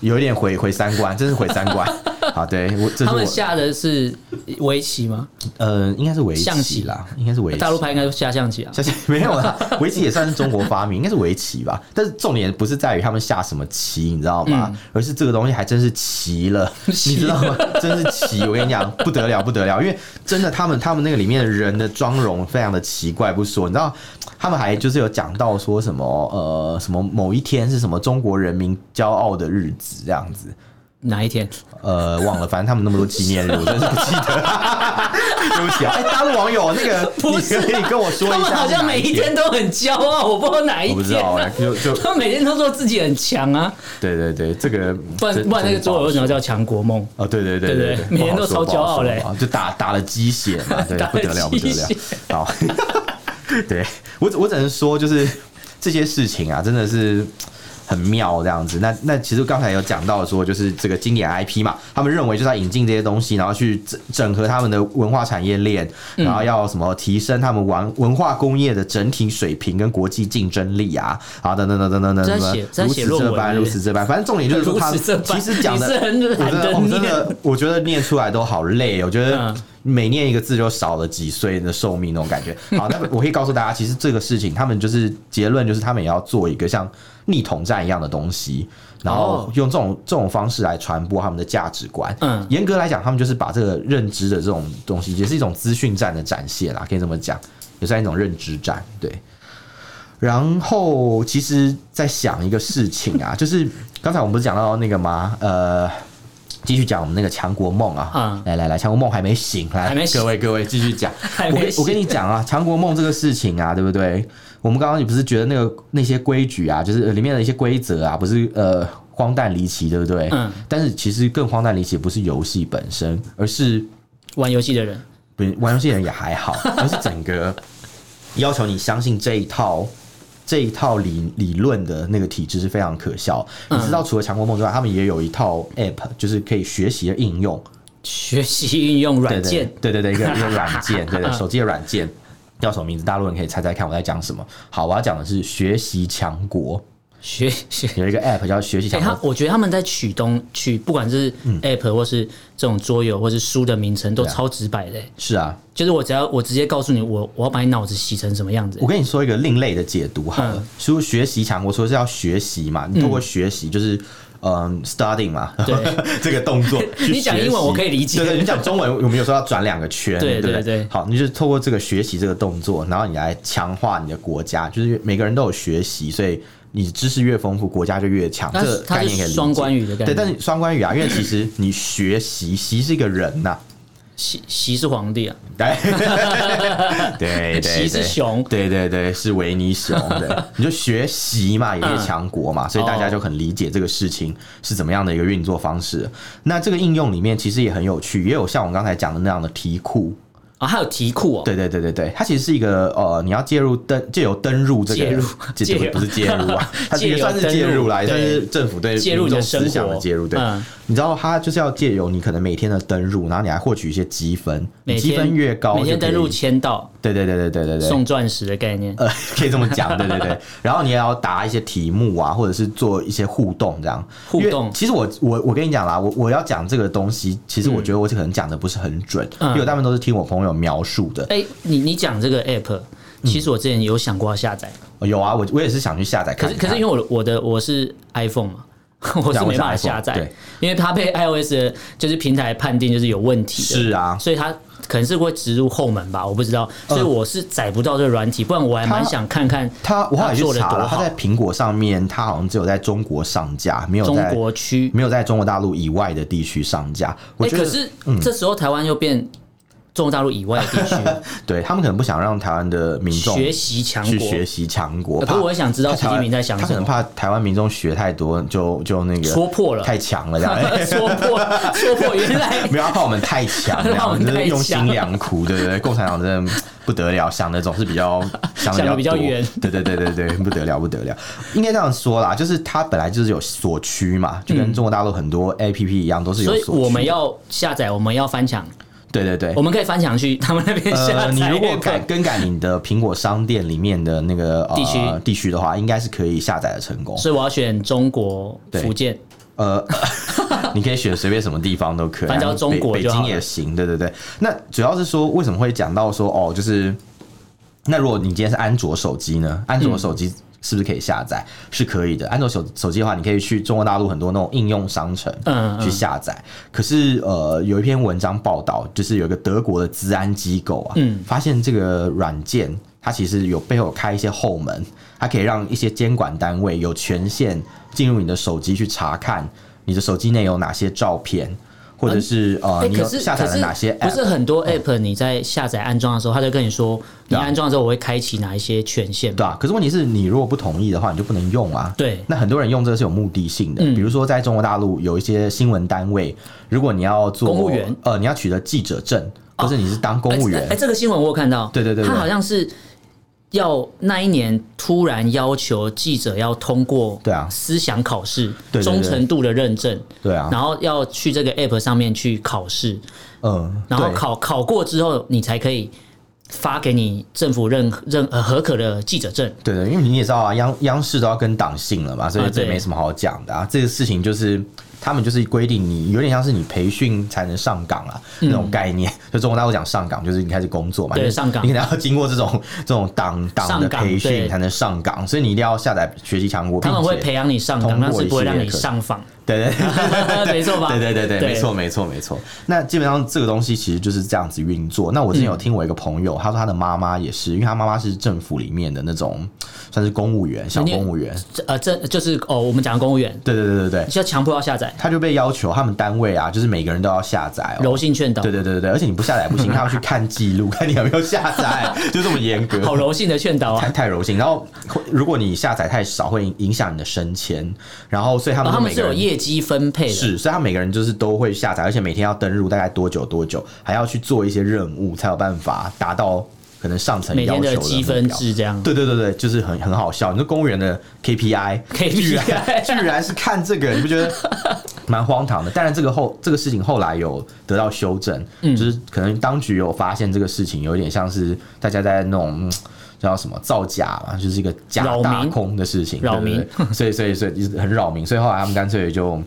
Speaker 2: 有一点毁毁三观，真是毁三
Speaker 3: <laughs>
Speaker 2: 观。啊，对我这是
Speaker 3: 他们
Speaker 2: 我
Speaker 3: 下的是围棋吗？
Speaker 2: 呃，应该是围
Speaker 3: 象棋
Speaker 2: 棋啦，应该是围棋。
Speaker 3: 大陆拍应该都下象棋啊。
Speaker 2: 下
Speaker 3: <laughs>
Speaker 2: 棋没有啦，围棋也算是中国发明，应该是围棋吧。但是重点不是在于他们下什么棋，你知道吗？
Speaker 3: 嗯
Speaker 2: 而是这个东西还真是棋
Speaker 3: <laughs>
Speaker 2: 了，你知道吗？真是棋！我跟你讲，不得了，不得了！因为真的，他们他们那个里面的人的妆容非常的奇怪，不说，你知道，他们还就是有讲到说什么呃什么某一天是什么中国人民骄傲的日子这样子。
Speaker 3: 哪一天？
Speaker 2: 呃，忘了，反正他们那么多纪念日，我真是不记得。
Speaker 3: <laughs>
Speaker 2: 对不起啊，哎、大陆网友，那个
Speaker 3: 不
Speaker 2: 你
Speaker 3: 是
Speaker 2: 可以跟我说一下
Speaker 3: 他们
Speaker 2: 是
Speaker 3: 好像
Speaker 2: 哪
Speaker 3: 每
Speaker 2: 一
Speaker 3: 一天都很骄傲，我不知道哪一
Speaker 2: 我不知
Speaker 3: 天
Speaker 2: 道
Speaker 3: 啊、
Speaker 2: 哎、就就
Speaker 3: 他们每天都说自己很强啊，
Speaker 2: 对对对，这个
Speaker 3: 不然
Speaker 2: 这
Speaker 3: 不然那个桌游为什么
Speaker 2: 这
Speaker 3: 叫强国梦？
Speaker 2: 哦，对对对
Speaker 3: 对对
Speaker 2: 对，
Speaker 3: 每天都超骄傲嘞
Speaker 2: 不好说，不好说啊就打打了鸡血嘛，对
Speaker 3: <laughs> 打，了
Speaker 2: 不得了，不得
Speaker 3: 鸡
Speaker 2: 了
Speaker 3: 血，
Speaker 2: <laughs> 好，对我只我只能说，就是这些事情啊，真的是。很妙这样子，那那其实刚才有讲到说，就是这个经典 IP 嘛，他们认为就是要引进这些东西，然后去整整合他们的文化产业链，
Speaker 3: 嗯
Speaker 2: 然后要什么提升他们玩文化工业的整体水平跟国际竞争力啊，啊等等等等等等，
Speaker 3: 这在
Speaker 2: 等
Speaker 3: 写这在
Speaker 2: 如
Speaker 3: 写
Speaker 2: 此
Speaker 3: 论
Speaker 2: 这
Speaker 3: 文
Speaker 2: 般，
Speaker 3: 是
Speaker 2: 如
Speaker 3: 不是
Speaker 2: 此这般，反正重点就是说他
Speaker 3: 如此这
Speaker 2: 其
Speaker 3: 般
Speaker 2: 实讲的，
Speaker 3: 你是很
Speaker 2: 我真的
Speaker 3: 懒得
Speaker 2: 我真
Speaker 3: 念
Speaker 2: 的我觉得念出来都好累，哦我觉得
Speaker 3: 嗯
Speaker 2: 每念一个字就少了几岁的寿命那种感
Speaker 3: <laughs>
Speaker 2: 觉。好，那我可以告诉大家，其实这个事情他们就是结论，就是他们也要做一个像逆统战一样的东西，然后
Speaker 3: 哦
Speaker 2: 用这种这种方式来传播他们的价值观。
Speaker 3: 嗯
Speaker 2: 严格来讲，他们就是把这个认知的这种东西，也是一种资讯战的展现啦，可以这么讲，也算一种认知战，对。然后其实在想一个事情
Speaker 3: <laughs>
Speaker 2: 啊，就是刚才我们不是讲到那个吗？呃，继续讲我们那个强国梦啊，
Speaker 3: 嗯
Speaker 2: 来来来，强国梦还没醒，来，
Speaker 3: 还没醒
Speaker 2: 各位各位继续讲。
Speaker 3: <laughs> 还
Speaker 2: 我
Speaker 3: 没
Speaker 2: 跟我跟
Speaker 3: 写
Speaker 2: 你讲
Speaker 3: <laughs>
Speaker 2: 啊，强国梦这个事情啊，对不对？我们刚刚也不是觉得那个那些规矩啊，就是呃里面的一些规则啊，不是呃荒诞离奇，对不对？
Speaker 3: 嗯。
Speaker 2: 但是其实更荒诞离奇不是游戏本身，而是
Speaker 3: 玩游戏的人，
Speaker 2: 不是玩游戏的人也还好， <laughs> 而是整个要求你相信这一套这一套理理论的那个体制是非常可笑。你
Speaker 3: 嗯
Speaker 2: 知道，除了强国梦之外，他们也有一套 App，就是可以学习的应用
Speaker 3: 学习运用软件，嗯
Speaker 2: 对对对对，一个一个软件，对对，手机的软件叫什么名字？大陆人可以猜猜看我在讲什么。好，我要讲的是学习强国，
Speaker 3: 学学。
Speaker 2: 有一个 App 叫学习强
Speaker 3: 哎、他
Speaker 2: 国。
Speaker 3: 我觉得他们在取东取，不管是 app 或是这种桌游或是书的名称，都
Speaker 2: 嗯对啊
Speaker 3: 超直白的、哎
Speaker 2: 是啊，
Speaker 3: 就是我只要我直接告诉你，我我要把你脑子洗成什么样子、
Speaker 2: 我跟你说一个另类的解读好了
Speaker 3: 嗯，
Speaker 2: 说、学习强国说是要学习嘛，你透过学习就是。嗯、s t u d y i n g 嘛，
Speaker 3: 对
Speaker 2: <laughs> 这个动
Speaker 3: <laughs>
Speaker 2: 作，去
Speaker 3: 你讲英文
Speaker 2: 学习
Speaker 3: 我可以理解
Speaker 2: 对对，你讲中文，我们有时候要转两个圈，对
Speaker 3: 对
Speaker 2: 不
Speaker 3: 对对
Speaker 2: 好，你就是透过这个学习这个动作，然后你来强化你的国家，就是每个人都有学习，所以你知识越丰富，国家就越强。
Speaker 3: 它
Speaker 2: 这
Speaker 3: 是
Speaker 2: 个概念可以
Speaker 3: 它
Speaker 2: 理
Speaker 3: 是
Speaker 2: 解。
Speaker 3: 双关语的概念
Speaker 2: 对，但是双关语啊，因为其实你学习，习是一个人呐、
Speaker 3: 习习是皇帝啊，
Speaker 2: <laughs>
Speaker 3: <laughs>
Speaker 2: 哎对对对，
Speaker 3: 习是熊
Speaker 2: 对对对，是维尼熊
Speaker 3: <laughs>
Speaker 2: 对，你就学习嘛，也是强国嘛，所以大家
Speaker 3: 哦
Speaker 2: 就很理解这个事情是怎么样的一个运作方式。那这个应用里面其实也很有趣，也有像我们刚才讲的那样的题库。
Speaker 3: 啊，还有题库哦、
Speaker 2: 对对对对对，它其实是一个呃，你要介入登借由登入这个 <laughs>
Speaker 3: 介入
Speaker 2: 介
Speaker 3: 介 <laughs> 入
Speaker 2: 不是介入啊，它
Speaker 3: 介
Speaker 2: 这
Speaker 3: 由
Speaker 2: 个算是介入啦，也
Speaker 3: 登
Speaker 2: 算
Speaker 3: 入
Speaker 2: 是政府对
Speaker 3: 介入你的
Speaker 2: 民众思想
Speaker 3: 生
Speaker 2: 的
Speaker 3: 活
Speaker 2: 介入。对
Speaker 3: 嗯，
Speaker 2: 你知道它就是要借由你可能每天的登入，然后你还获取一些积分，你
Speaker 3: 每
Speaker 2: 积
Speaker 3: 天
Speaker 2: 分越高，
Speaker 3: 每天登录签到
Speaker 2: 对对对对对对对，
Speaker 3: 送钻石的概念，
Speaker 2: 呃， <laughs> 可以这么讲，对对对。 <laughs> 然后你也要答一些题目啊，或者是做一些互动这样。
Speaker 3: 互动
Speaker 2: 因为其实我我我跟你讲啦，我我要讲这个东西，其实我觉得我可能讲的不是很准，
Speaker 3: 嗯
Speaker 2: 因为我大部分都是听我朋友描述的。
Speaker 3: 哎、你你讲这个 app，其实
Speaker 2: 嗯
Speaker 3: 我之前有想过要下载，
Speaker 2: 有啊，我我也是想去下载
Speaker 3: 可
Speaker 2: 看
Speaker 3: 是
Speaker 2: 看。
Speaker 3: 可是因为我的我的我是 iPhone 嘛 <laughs> 我是没办法下载
Speaker 2: 对，
Speaker 3: 因为它被 iOS 的就是平台判定就是有问题的，
Speaker 2: 是啊
Speaker 3: 所以它可能是会植入后门吧，我不知道，所以我是载不到这个软体，不然我还蛮
Speaker 2: 嗯它
Speaker 3: 想看看
Speaker 2: 他我好像去
Speaker 3: 做的
Speaker 2: 查
Speaker 3: 多
Speaker 2: 了，他
Speaker 3: 好
Speaker 2: 在。苹果上面，他好像只有在中国上架，没有
Speaker 3: 中
Speaker 2: 在
Speaker 3: 国区，
Speaker 2: 没有在中国大陆以外的地区上架。我
Speaker 3: 哎、
Speaker 2: 觉得，嗯
Speaker 3: 可是、这时候台湾又变中国大陆以外的地
Speaker 2: <laughs>
Speaker 3: 区
Speaker 2: 对他们可能不想让台湾的民众
Speaker 3: 学习强
Speaker 2: 去
Speaker 3: 国，
Speaker 2: 学习强国。
Speaker 3: 呃可
Speaker 2: 怕
Speaker 3: 我也想知道
Speaker 2: 怕
Speaker 3: 习近
Speaker 2: 啊台湾
Speaker 3: 平在想
Speaker 2: 他可
Speaker 3: 什
Speaker 2: 能
Speaker 3: 么，
Speaker 2: 怕台湾民众学太多，就就那个
Speaker 3: 戳破了
Speaker 2: 太强了
Speaker 3: <laughs>
Speaker 2: 这样。哎
Speaker 3: 呃说破说破，原来
Speaker 2: 没有他怕我们太强，这
Speaker 3: 怕 <laughs>
Speaker 2: 样
Speaker 3: 我们
Speaker 2: 就是
Speaker 3: 太
Speaker 2: 用心
Speaker 3: 强
Speaker 2: 良苦，对不对？共产党真的不得了，想的总是比
Speaker 3: <laughs>
Speaker 2: 较想
Speaker 3: 想
Speaker 2: 的
Speaker 3: 得比较
Speaker 2: 多
Speaker 3: 远
Speaker 2: 对对对对对，不得了不得了。应该这样说啦，就是它本来就是有锁区嘛，就跟中国大陆很多 A P P 一样，都是有
Speaker 3: 嗯所以
Speaker 2: 锁区。
Speaker 3: 我们要下载，我们要翻墙，
Speaker 2: 对对对
Speaker 3: 我。们可以翻墙去他们那边下
Speaker 2: 哎呃，
Speaker 3: 载。
Speaker 2: 你如果改更改你的苹果商店里面的那个、呃、
Speaker 3: 地区
Speaker 2: 地区的话，应该是可以下载的成功。
Speaker 3: 所以我要选中国
Speaker 2: 对
Speaker 3: 福建，
Speaker 2: 呃， <laughs> 你可以选随便什么地方都可以，啊
Speaker 3: 反正只要中国
Speaker 2: 北北
Speaker 3: 就好
Speaker 2: 京
Speaker 3: 了
Speaker 2: 也行，对对对。那主要是说为什么会讲到说哦，就是那如果你今天是安卓手机呢，安卓手机是不是可以下载？是可以的。安卓手手机的话，你可以去中国大陆很多那种应用商城
Speaker 3: 嗯嗯
Speaker 2: 去下载。可是呃，有一篇文章报道，就是有一个德国的治安机构啊，
Speaker 3: 嗯
Speaker 2: 发现这个软件。它其实有背后有开一些后门，它可以让一些监管单位有权限进入你的手机去查看你的手机内有哪些照片，或者是、呃
Speaker 3: 哎，
Speaker 2: 你有
Speaker 3: 可是
Speaker 2: 下载了哪些
Speaker 3: 可
Speaker 2: app，嗯
Speaker 3: 是不是很多 app 你在下载安装的时候，他就跟你说，你
Speaker 2: 对啊
Speaker 3: 安装的时候我会开启哪一些权限
Speaker 2: 对啊，可是问题是你如果不同意的话，你就不能用啊。
Speaker 3: 对
Speaker 2: 那很多人用这个是有目的性的，
Speaker 3: 嗯
Speaker 2: 比如说在中国大陆有一些新闻单位，如果你要做
Speaker 3: 公务员，
Speaker 2: 呃，你要取得记者证，或者你是当公务员
Speaker 3: 哎、，这个新闻我有看到，
Speaker 2: 对对对对
Speaker 3: 他好像是要那一年突然要求记者要通过
Speaker 2: 对啊
Speaker 3: 思想考试、
Speaker 2: 对对对
Speaker 3: 忠诚度的认证，
Speaker 2: 对啊，
Speaker 3: 然后要去这个 app 上面去考试，
Speaker 2: 嗯，
Speaker 3: 然后
Speaker 2: 对
Speaker 3: 考考过之后，你才可以发给你政府认认呃合可的记者证。
Speaker 2: 对对，因为你也知道啊，央央视都要跟党性了嘛，所
Speaker 3: 啊
Speaker 2: 以这也
Speaker 3: 对
Speaker 2: 没什么好讲的啊。这个事情就是他们就是规定你有点像是你培训才能上岗啊、那种概念。就中国大陆讲上岗，就是你开始工作嘛，
Speaker 3: 对
Speaker 2: 就是
Speaker 3: 上岗
Speaker 2: 你可能要经过这种这种党党
Speaker 3: 上
Speaker 2: 的
Speaker 3: 岗
Speaker 2: 培
Speaker 3: 对
Speaker 2: 训才能上岗，所以你一定要下载学习强国。
Speaker 3: 他们
Speaker 2: 并
Speaker 3: 会
Speaker 2: 且
Speaker 3: 培养你上
Speaker 2: 通
Speaker 3: 岗，
Speaker 2: 过
Speaker 3: 但是不会
Speaker 2: 一系
Speaker 3: 让
Speaker 2: 列
Speaker 3: 你
Speaker 2: 课程
Speaker 3: 上访， <laughs>
Speaker 2: 对对对。
Speaker 3: 没错吧？
Speaker 2: <laughs> 对对对对，没错。没错没错。那基本上这个东西其实就是这样子运作。那我之
Speaker 3: 嗯
Speaker 2: 前有听我一个朋友，他说他的妈妈也是，因为他妈妈是政府里面的那种算是公务员，小
Speaker 3: 你
Speaker 2: 公务员。
Speaker 3: 这呃，这就是哦，我们讲的公务员，
Speaker 2: 对对对对对，
Speaker 3: 你要强迫要下载，
Speaker 2: 他就被要求他们单位啊，就是每个人都要下载哦。
Speaker 3: 柔性劝导
Speaker 2: 对，对对对对，而且你不下载不
Speaker 3: <laughs>
Speaker 2: 行，他要去看记录，看你有没有下载，就这么严格。
Speaker 3: 好柔性的劝导啊
Speaker 2: 太。太柔性，然后会如果你下载太少，会影响你的升迁。然后所以他
Speaker 3: 然
Speaker 2: 们就
Speaker 3: 后哦他们
Speaker 2: 每个
Speaker 3: 是有
Speaker 2: 人
Speaker 3: 业绩分配的，
Speaker 2: 是，所以他每个人就是都会下载，而且每天要登录大概多久多久，还要去做一些任务，才有办法达到可能上层
Speaker 3: 每
Speaker 2: 要
Speaker 3: 天
Speaker 2: 求
Speaker 3: 的
Speaker 2: 的
Speaker 3: 积
Speaker 2: 目
Speaker 3: 分
Speaker 2: 标
Speaker 3: 制这样。
Speaker 2: 对对对对，就是很很好笑。你说公务员的 KPI
Speaker 3: KPI
Speaker 2: 居然居然是看这个，你不觉得蛮荒唐的？当然，这个后这个事情后来有得到修正，
Speaker 3: 嗯
Speaker 2: 就是可能当局有发现这个事情有点像是大家在那种。嗯叫什么造假嘛，就是一个假
Speaker 3: 扰
Speaker 2: 大
Speaker 3: 民
Speaker 2: 空的事情，
Speaker 3: 扰
Speaker 2: 对对对所以所以所以就是很扰民，所以后来他们干脆就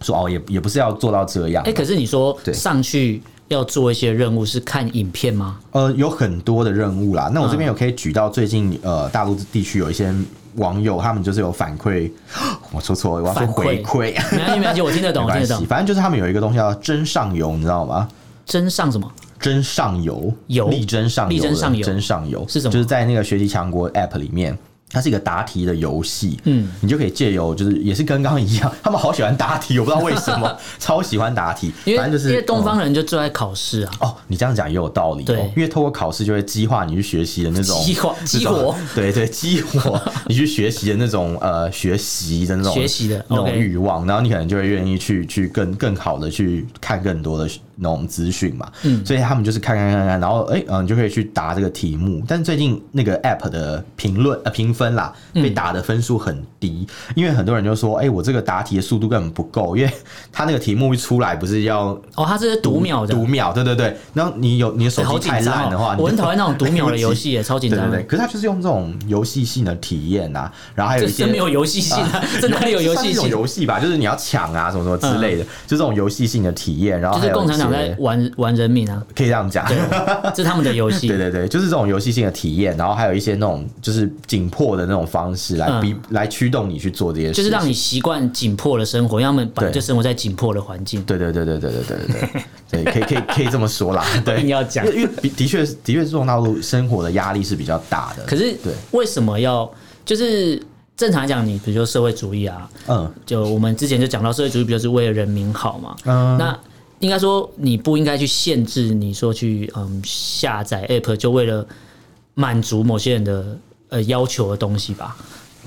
Speaker 2: 说哦，也也不是要做到这样
Speaker 3: 哎，，可是你说
Speaker 2: 对
Speaker 3: 上去要做一些任务是看影片吗？
Speaker 2: 呃，有很多的任务啦。那我
Speaker 3: 嗯
Speaker 2: 这边有可以举到最近呃大陆地区有一些网友，他们就是有反馈， <gasps> 我说错了，我要说回馈。 <laughs>
Speaker 3: 没关系，没关系，我听得
Speaker 2: 没
Speaker 3: 懂，我听
Speaker 2: 关
Speaker 3: 得
Speaker 2: 系，
Speaker 3: 懂。
Speaker 2: 反正就是他们有一个东西叫真上游，你知道吗？
Speaker 3: 真上什么？
Speaker 2: 真上游，
Speaker 3: 游
Speaker 2: 力争上游的，
Speaker 3: 力争上游
Speaker 2: 真上游
Speaker 3: 是什么
Speaker 2: 就是在那个学习强国 App 里面。它是一个答题的游戏，
Speaker 3: 嗯，
Speaker 2: 你就可以借由就是也是跟刚刚一样， <laughs> 他们好喜欢答题，我不知道为什
Speaker 3: <laughs>
Speaker 2: 么，超喜欢答题，
Speaker 3: 因
Speaker 2: 反正就
Speaker 3: 为
Speaker 2: 是
Speaker 3: 因为东
Speaker 2: 嗯
Speaker 3: 方人就最爱考试啊，
Speaker 2: 哦，你这样讲也有道理、哦，
Speaker 3: 对
Speaker 2: 因为透过考试就会激化你去学习的那种
Speaker 3: 激化
Speaker 2: 这种
Speaker 3: 激活，
Speaker 2: <laughs> 对对，激活你去学习的那种呃学习的那种
Speaker 3: 学习的
Speaker 2: 那种
Speaker 3: OK
Speaker 2: 欲望，然后你可能就会愿意去去更更好的去看更多的那种资讯嘛，嗯，所以他们就是看看看看，然后哎嗯、呃你就可以去答这个题目，但最近那个 app 的评论呃评分啦，
Speaker 3: 嗯
Speaker 2: 被打的分数很低，因为很多人就说哎、我这个答题的速度根本不够，因为 <laughs> 他那个题目一出来不是要
Speaker 3: 哦，它是读秒的
Speaker 2: 读，秒，对对对。然后你有你的手
Speaker 3: 哎好
Speaker 2: 机
Speaker 3: 紧
Speaker 2: 太
Speaker 3: 张
Speaker 2: 烂的话，
Speaker 3: 哦
Speaker 2: 你，就
Speaker 3: 我很讨厌那种读秒的游
Speaker 2: <laughs>
Speaker 3: 戏，耶，超紧
Speaker 2: 对对
Speaker 3: 张的
Speaker 2: 对，。可是它就是用这种游戏性的体验啊，然后还有
Speaker 3: 这
Speaker 2: 一些
Speaker 3: 真没有游戏性啊，这哪里有游
Speaker 2: 算是 <laughs>
Speaker 3: 戏
Speaker 2: 一种
Speaker 3: 性？嗯
Speaker 2: 游戏吧，就是你要抢啊，什么什么之类的，就这种游戏性的体验。然后
Speaker 3: 就
Speaker 2: 还
Speaker 3: 是
Speaker 2: 有
Speaker 3: 共产党
Speaker 2: 一
Speaker 3: 在
Speaker 2: 些
Speaker 3: 玩玩人民啊，
Speaker 2: 可以这样 <laughs> 讲，
Speaker 3: 这是他们的游戏
Speaker 2: <laughs> 对。对对，就是这种游戏性的体验，然后还有一些那种就是紧迫迫的那种方式来逼、来驱动你去做这些事情，
Speaker 3: 嗯就是让你习惯紧迫的生活，因为他们本来就
Speaker 2: 对
Speaker 3: 生活在紧迫的环境。
Speaker 2: 对对对对对对对
Speaker 3: <laughs>
Speaker 2: 对对，对，可以可以可以这么说啦。对，
Speaker 3: 硬要讲
Speaker 2: 因为因为 <laughs> 的确的确是中国大陆生活的压力是比较大的。
Speaker 3: 可是
Speaker 2: 对，
Speaker 3: 为什么要就是正常来讲，你比如说社会主义啊，
Speaker 2: 嗯
Speaker 3: 就我们之前就讲到社会主义，不就是为了人民好嘛？
Speaker 2: 嗯，
Speaker 3: 那应该说你不应该去限制你说去嗯下载 app 就为了满足某些人的呃要求的东西吧？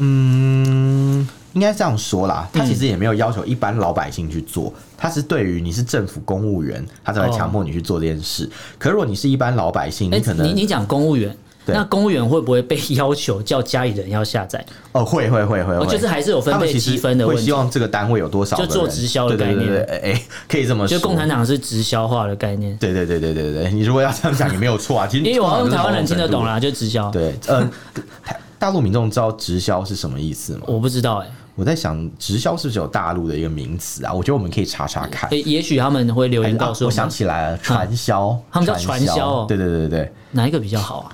Speaker 2: 嗯，应该这样说啦，
Speaker 3: 嗯
Speaker 2: 他其实也没有要求一般老百姓去做，他是对于你是政府公务员，他才会强迫你去做这件事。可是如果你是一般老百姓，
Speaker 3: 哎、
Speaker 2: 你可
Speaker 3: 你
Speaker 2: 能
Speaker 3: 你讲公务员。
Speaker 2: 对
Speaker 3: 那公务员会不会被要求叫家里人要下载？
Speaker 2: 哦会会会会
Speaker 3: 哦
Speaker 2: 会，
Speaker 3: 就是还是有分
Speaker 2: 他们
Speaker 3: 配
Speaker 2: 其
Speaker 3: 积
Speaker 2: 实
Speaker 3: 分的
Speaker 2: 会
Speaker 3: 问题
Speaker 2: 希。望这个单位有多少
Speaker 3: 就
Speaker 2: 的
Speaker 3: 做
Speaker 2: 人
Speaker 3: 直销的
Speaker 2: 对对
Speaker 3: 概
Speaker 2: 对
Speaker 3: 念
Speaker 2: 对哎哎，可以这么说，
Speaker 3: 就共产党是直销化的概念，
Speaker 2: 对对对对对对，你如果要这样讲也没有错啊。其实
Speaker 3: 因为我
Speaker 2: 共产
Speaker 3: 们
Speaker 2: 党
Speaker 3: 台湾人
Speaker 2: 就是
Speaker 3: 听得
Speaker 2: 某种
Speaker 3: 懂
Speaker 2: 程度
Speaker 3: 啦，就直销。
Speaker 2: 对，呃，台 <laughs> 大陆民众知道直销是什么意思吗？
Speaker 3: 我不知道哎、
Speaker 2: 我在想，直销是不是有大陆的一个名词啊？我觉得我们可以查查看。
Speaker 3: 也也许他们会留
Speaker 2: 还
Speaker 3: 言
Speaker 2: 是
Speaker 3: 告
Speaker 2: 啊
Speaker 3: 诉
Speaker 2: 我
Speaker 3: 我们
Speaker 2: 想起来了，传销，
Speaker 3: 嗯他们叫传销哦
Speaker 2: 对对对对对，
Speaker 3: 哪一个比较好啊？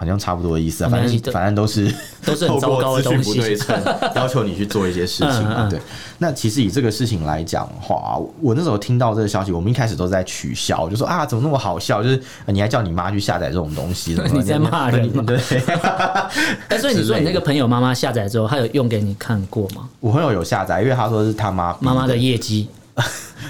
Speaker 2: 好像差不多的意思啊。
Speaker 3: 没
Speaker 2: 反
Speaker 3: 关系
Speaker 2: 正反正都是
Speaker 3: <laughs> 都是很
Speaker 2: 透
Speaker 3: 糟糕
Speaker 2: 过
Speaker 3: 的
Speaker 2: 资讯
Speaker 3: 东西
Speaker 2: 不对
Speaker 3: <laughs>
Speaker 2: 称，要求你去做一些事情
Speaker 3: 嗯
Speaker 2: 嘛。
Speaker 3: 嗯
Speaker 2: 对，那其实以这个事情来讲的话，我我那时候听到这个消息，我们一开始都在取笑，就说啊，怎么那么好笑？就是呃你还叫你妈去下载这种东西，怎么
Speaker 3: <laughs> 你在骂人吗
Speaker 2: 对，
Speaker 3: 但所以
Speaker 2: <laughs>
Speaker 3: 你说你那个朋友妈妈下载之后，她有用给你看过吗？
Speaker 2: 我朋友有下载，因为他说是他妈逼
Speaker 3: 妈妈的业绩，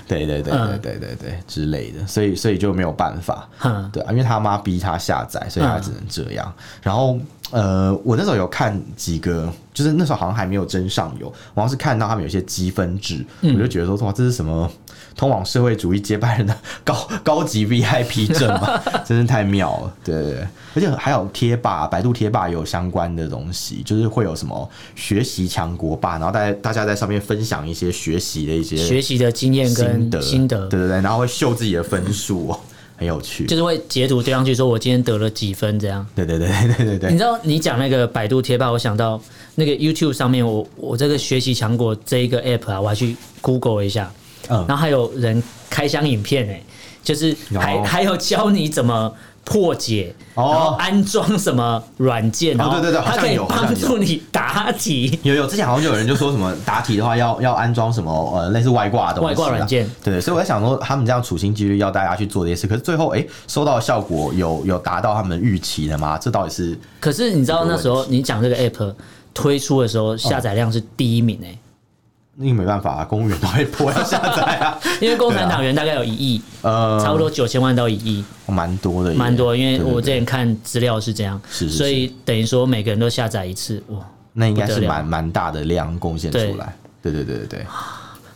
Speaker 2: 对对对对
Speaker 3: 嗯
Speaker 2: 对对对之类的，所以所以就没有办法，
Speaker 3: 哼，
Speaker 2: 对啊，因为他妈逼他下载，所以他
Speaker 3: 嗯
Speaker 2: 只能这样。然后呃，我那时候有看几个，就是那时候好像还没有真上游，我好像是看到他们有一些积分制，
Speaker 3: 嗯
Speaker 2: 我就觉得说哇，这是什么通往社会主义接班人的高 <laughs> 高级 VIP 证
Speaker 3: <laughs>
Speaker 2: 嘛，真是太妙了。对对对，而且还有贴吧，百度贴吧也有相关的东西，就是会有什么学习强国吧，然后大家大家在上面分享一些学习的一些
Speaker 3: 学习的经验
Speaker 2: 心
Speaker 3: 跟
Speaker 2: 得，
Speaker 3: 心得，
Speaker 2: 对对对，然后会秀自己的分数、哦，很有趣。
Speaker 3: 就是会截图对上去，说我今天得了几分这样。
Speaker 2: 对对 <laughs> 对对对对对，
Speaker 3: 你知道你讲那个百度贴吧，我想到那个 YouTube 上面，我我这个学习强国这一个 app 啊，我还去 Google 一下，
Speaker 2: 嗯
Speaker 3: 然后还有人开箱影片哎、就是还、
Speaker 2: 哦
Speaker 3: 还有教你怎么。破解，然
Speaker 2: 哦
Speaker 3: 后安装什么软件，然后
Speaker 2: 对对对好
Speaker 3: 它
Speaker 2: 像
Speaker 3: 可以
Speaker 2: 有好像
Speaker 3: 帮
Speaker 2: 有
Speaker 3: 助你答题。
Speaker 2: 有有之前好像就有人就说什么答题的话要要安装什么呃类似外挂的东西啦
Speaker 3: 外挂软件，
Speaker 2: 对对，所以我在想说他们这样处心积虑要大家去做这些事，可是最后哎、诶收到的效果有有达到他们预期的吗？这到底是
Speaker 3: <laughs> 可是你知道那时候你讲这个 app 推出的时候，下载量是第一名哎、 <laughs>
Speaker 2: 那个没办法、啊，公务员都会破要下载
Speaker 3: <laughs>
Speaker 2: 啊，
Speaker 3: 因为共产党员大概有一亿，
Speaker 2: 呃，
Speaker 3: 差不多九千万到一亿，
Speaker 2: 蛮多的耶，
Speaker 3: 蛮多。因为
Speaker 2: 对对
Speaker 3: 我
Speaker 2: 对
Speaker 3: 之前看资料嗯是这样，
Speaker 2: 是是是
Speaker 3: 所以等于说每个人都下载一次，哇，
Speaker 2: 那应该
Speaker 3: 不
Speaker 2: 是
Speaker 3: 得了
Speaker 2: 蛮蛮大的量贡献出来，对对对对对，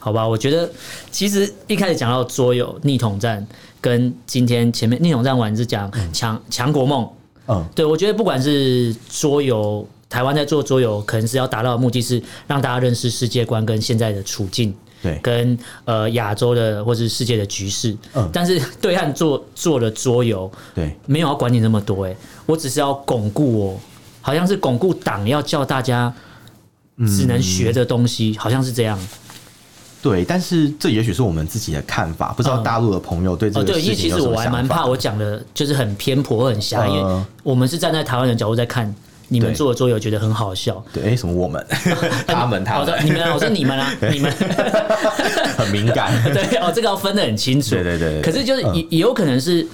Speaker 3: 好吧，我觉得其实一开始讲到桌游逆统战，跟今天前面逆统战完是讲强强国梦，
Speaker 2: 嗯
Speaker 3: 对我觉得不管是桌游，台湾在做桌游，可能是要达到的目的是让大家认识世界观跟现在的处境。
Speaker 2: 对
Speaker 3: 跟呃亚洲的或是世界的局势，
Speaker 2: 嗯
Speaker 3: 但是对岸做做了桌游，
Speaker 2: 对，
Speaker 3: 没有要管你那么多、欸，我只是要巩固我，好像是巩固党要叫大家
Speaker 2: 嗯
Speaker 3: 只能学的东西，好像是这样。
Speaker 2: 对，但是这也许是我们自己的看法，不知道
Speaker 3: 嗯
Speaker 2: 大陆的朋友对
Speaker 3: 哦，
Speaker 2: 这个
Speaker 3: 对，因
Speaker 2: 事
Speaker 3: 为其
Speaker 2: 情有
Speaker 3: 实
Speaker 2: 什
Speaker 3: 我
Speaker 2: 么
Speaker 3: 还蛮
Speaker 2: 想法？
Speaker 3: 怕我讲的就是很偏颇、很狭，因为
Speaker 2: 嗯
Speaker 3: 我们是站在台湾人角度在看你们
Speaker 2: 对
Speaker 3: 做的桌游，觉得很好笑。
Speaker 2: 对，哎，什么我
Speaker 3: <laughs>
Speaker 2: 们他们他
Speaker 3: 我说
Speaker 2: 们
Speaker 3: <laughs> 你们啊，我说你们啊，你们
Speaker 2: <laughs>
Speaker 3: <laughs>
Speaker 2: 很敏感，
Speaker 3: 对哦，这个要分得很清楚。
Speaker 2: 对对对对
Speaker 3: 可是就是
Speaker 2: 嗯
Speaker 3: 也也有可能是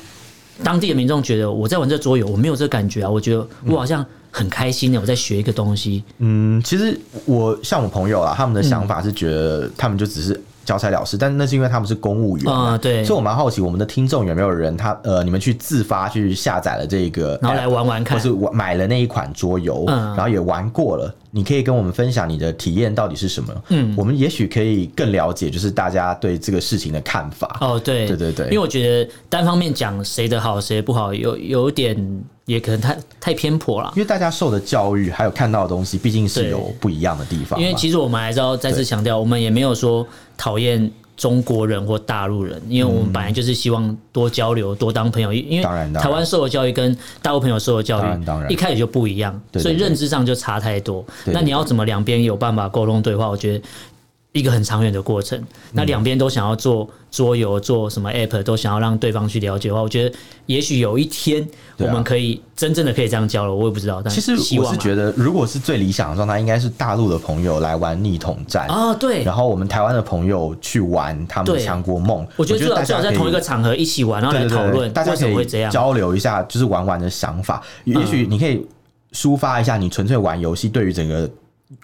Speaker 3: 当地的民众觉得我在玩这桌游，我没有这感觉啊，我觉得我好像很开心的，我在学一个东西。
Speaker 2: 嗯，其实我像我朋友啦，他们的想法是觉得他们就只是交差了事，但那是因为他们是公务员嘛
Speaker 3: 啊对
Speaker 2: 所以我蛮好奇我们的听众有没有人他呃，你们去自发去下载了这个 app，
Speaker 3: 然后来玩玩看
Speaker 2: 哎或是玩买了那一款桌游，
Speaker 3: 嗯
Speaker 2: 然后也玩过了，你可以跟我们分享你的体验到底是什么？嗯，我们也许可以更了解就是大家对这个事情的看法。
Speaker 3: 哦，对，
Speaker 2: 对对对
Speaker 3: 因为我觉得单方面讲谁的好谁的不好，有有点也可能太太偏颇了。
Speaker 2: 因为大家受的教育还有看到的东西，毕竟是
Speaker 3: 对
Speaker 2: 有不一样的地方嘛。
Speaker 3: 因为其实我们还是要再次强调，我们也没有说讨厌中国人或大陆人，因为我们本来就是希望多交流、多当朋友。因因
Speaker 2: 嗯当然
Speaker 3: 为
Speaker 2: 当然
Speaker 3: 台湾受的教育跟大陆朋友受的教
Speaker 2: 当
Speaker 3: 育
Speaker 2: 然当然
Speaker 3: 一开始就不一样，
Speaker 2: 对对
Speaker 3: 所以
Speaker 2: 对
Speaker 3: 认知上就差太多。
Speaker 2: 对对
Speaker 3: 那你要怎么两边有办法沟通对话？我觉得。一个很长远的过程。
Speaker 2: 嗯
Speaker 3: 那两边都想要做桌游，做什么 app，都想要让对方去了解的话，我觉得也许有一天我
Speaker 2: 对啊
Speaker 3: 们可以真正的可以这样交流，我也不知道。但
Speaker 2: 其实
Speaker 3: 希
Speaker 2: 我
Speaker 3: 望
Speaker 2: 是
Speaker 3: 啊
Speaker 2: 觉得，如果是最理想的状态，应该是大陆的朋友来玩逆统战
Speaker 3: 哦，对
Speaker 2: 然，后我们台湾的朋友去玩他们的
Speaker 3: 对啊
Speaker 2: 强国梦。
Speaker 3: 我觉得最好
Speaker 2: 大
Speaker 3: 最
Speaker 2: 家
Speaker 3: 好在
Speaker 2: 可以
Speaker 3: 同一个场合一起玩，然后
Speaker 2: 对
Speaker 3: 来
Speaker 2: 对对
Speaker 3: 讨论
Speaker 2: 大家
Speaker 3: 为什
Speaker 2: 可
Speaker 3: 么会这
Speaker 2: 以
Speaker 3: 样。嗯
Speaker 2: 交流一下，就是玩玩的想法。也许你可以抒发一下你纯粹玩游戏对于整个。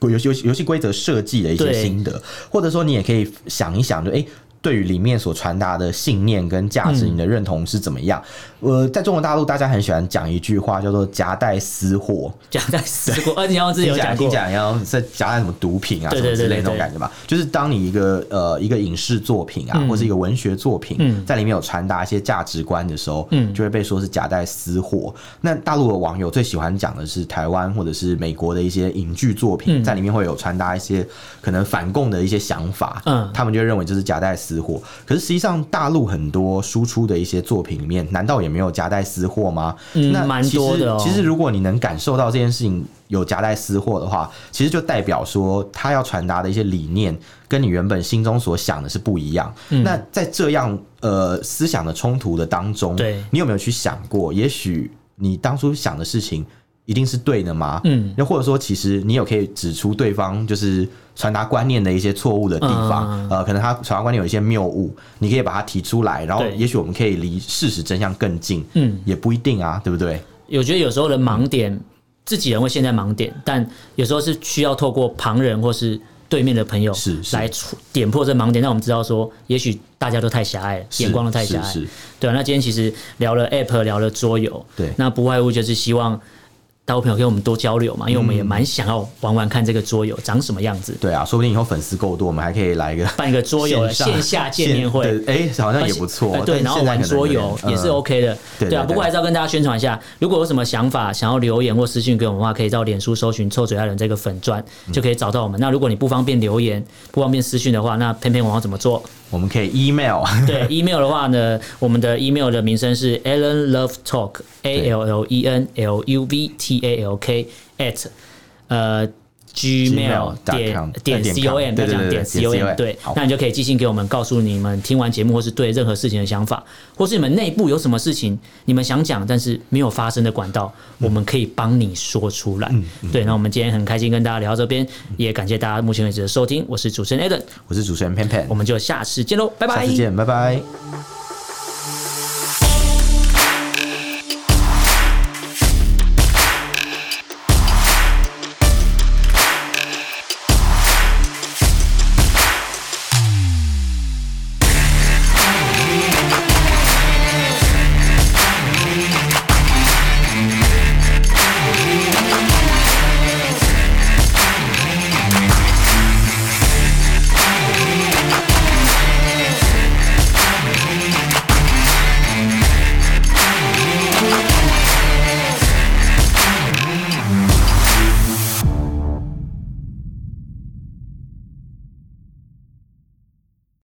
Speaker 2: 游戏游戏游戏规则设计的一些
Speaker 3: 对
Speaker 2: 心得，或者说你也可以想一想就，诶哎，对于里面所传达的信念跟价值，
Speaker 3: 嗯
Speaker 2: 你的认同是怎么样？呃，在中国大陆，大家很喜欢讲一句话，叫做“夹带私货”，
Speaker 3: 讲在试过，而你好像自己
Speaker 2: 听
Speaker 3: 有
Speaker 2: 起来
Speaker 3: 讲
Speaker 2: 听
Speaker 3: 过
Speaker 2: 起，来要在夹带什么毒品啊
Speaker 3: 对
Speaker 2: 什么
Speaker 3: 对
Speaker 2: 之类
Speaker 3: 对
Speaker 2: 那
Speaker 3: 对
Speaker 2: 种
Speaker 3: 对
Speaker 2: 感觉吧。就是当你一个呃一个影视作品啊，或是一个文学作品，
Speaker 3: 嗯
Speaker 2: 在里面有传达一些价值观的时候，
Speaker 3: 嗯
Speaker 2: 就会被说是夹带私货。那大陆的网友最喜欢讲的是台湾或者是美国的一些影剧作
Speaker 3: 嗯
Speaker 2: 品，在里面会有传达一些可能反共的一些想法，
Speaker 3: 嗯
Speaker 2: 他们就会认为这是夹带私货。可是实际上，大陆很多输出的一些作品里面，难道也没有夹带私货吗？
Speaker 3: 嗯
Speaker 2: 那
Speaker 3: 蛮
Speaker 2: 其
Speaker 3: 多
Speaker 2: 实
Speaker 3: 的哦
Speaker 2: 其实如果你能感受到这件事情有夹带私货的话，其实就代表说他要传达的一些理念跟你原本心中所想的是不一样。
Speaker 3: 嗯
Speaker 2: 那在这样呃思想的冲突的当中，
Speaker 3: 对
Speaker 2: 你有没有去想过，也许你当初想的事情一定是对的吗？
Speaker 3: 嗯，
Speaker 2: 又或者说，其实你有可以指出对方就是传达观念的一些错误的地方，
Speaker 3: 嗯
Speaker 2: 呃，可能他传达观念有一些谬误，你可以把它提出来，然后
Speaker 3: 对
Speaker 2: 也许我们可以离事实真相更近，
Speaker 3: 嗯，
Speaker 2: 也不一定啊，对不对？
Speaker 3: 我觉得有时候的盲点，自己人会陷在盲点，但有时候是需要透过旁人或是对面的朋友
Speaker 2: 是是
Speaker 3: 来戳点破这盲点，让我们知道说，也许大家都太狭隘了，眼光都太狭隘。
Speaker 2: 是是是
Speaker 3: 对、啊，那今天其实聊了 App，聊了桌游，
Speaker 2: 对
Speaker 3: 那不外乎就是希望。大陆朋友跟我们多交流嘛，因为我们也蛮想要玩玩看这个桌游长什么样子，
Speaker 2: 对啊，说不定以后粉丝够多，我们还可以来一个
Speaker 3: 办一个桌游的
Speaker 2: 线上
Speaker 3: 线下见面会，
Speaker 2: 线对哎、好像也不错
Speaker 3: 呃。对，
Speaker 2: 但
Speaker 3: 然后
Speaker 2: 现在
Speaker 3: 玩
Speaker 2: 可能有
Speaker 3: 桌
Speaker 2: 点
Speaker 3: 游也是
Speaker 2: 嗯
Speaker 3: OK 的，
Speaker 2: 对
Speaker 3: 对啊。
Speaker 2: 对
Speaker 3: 不过还是要跟大家宣传一下，如果有什么想法想要留言或私信给我们的话，可以到脸书搜寻“臭嘴爱人”这个粉砖就可以找到我们。那如果你不方便留言、不方便私讯的话，那偏偏网要怎么做？
Speaker 2: 我们可以 email
Speaker 3: <laughs> 对，email 的话呢，我们的 email 的名称是 Alan Love Talk A L L E N L U V T A L K at 呃。gmail 点
Speaker 2: gmail.com
Speaker 3: 点
Speaker 2: 点 com，对
Speaker 3: com，要讲
Speaker 2: 对对对点
Speaker 3: 点 com，
Speaker 2: com
Speaker 3: 对
Speaker 2: 好，
Speaker 3: 那你就可以寄信给我们，告诉你们听完节目或是对任何事情的想法，或是你们内部有什么事情你们想讲但是没有发生的管道，我们可以帮你说出来。对，那我们今天很开心跟大家聊到这边，也感谢大家目前为止的收听，我是主持人 Adam，
Speaker 2: 我是主持人 Pan Pan，
Speaker 3: 我们就下次见喽，拜拜。
Speaker 2: 下次见，拜拜。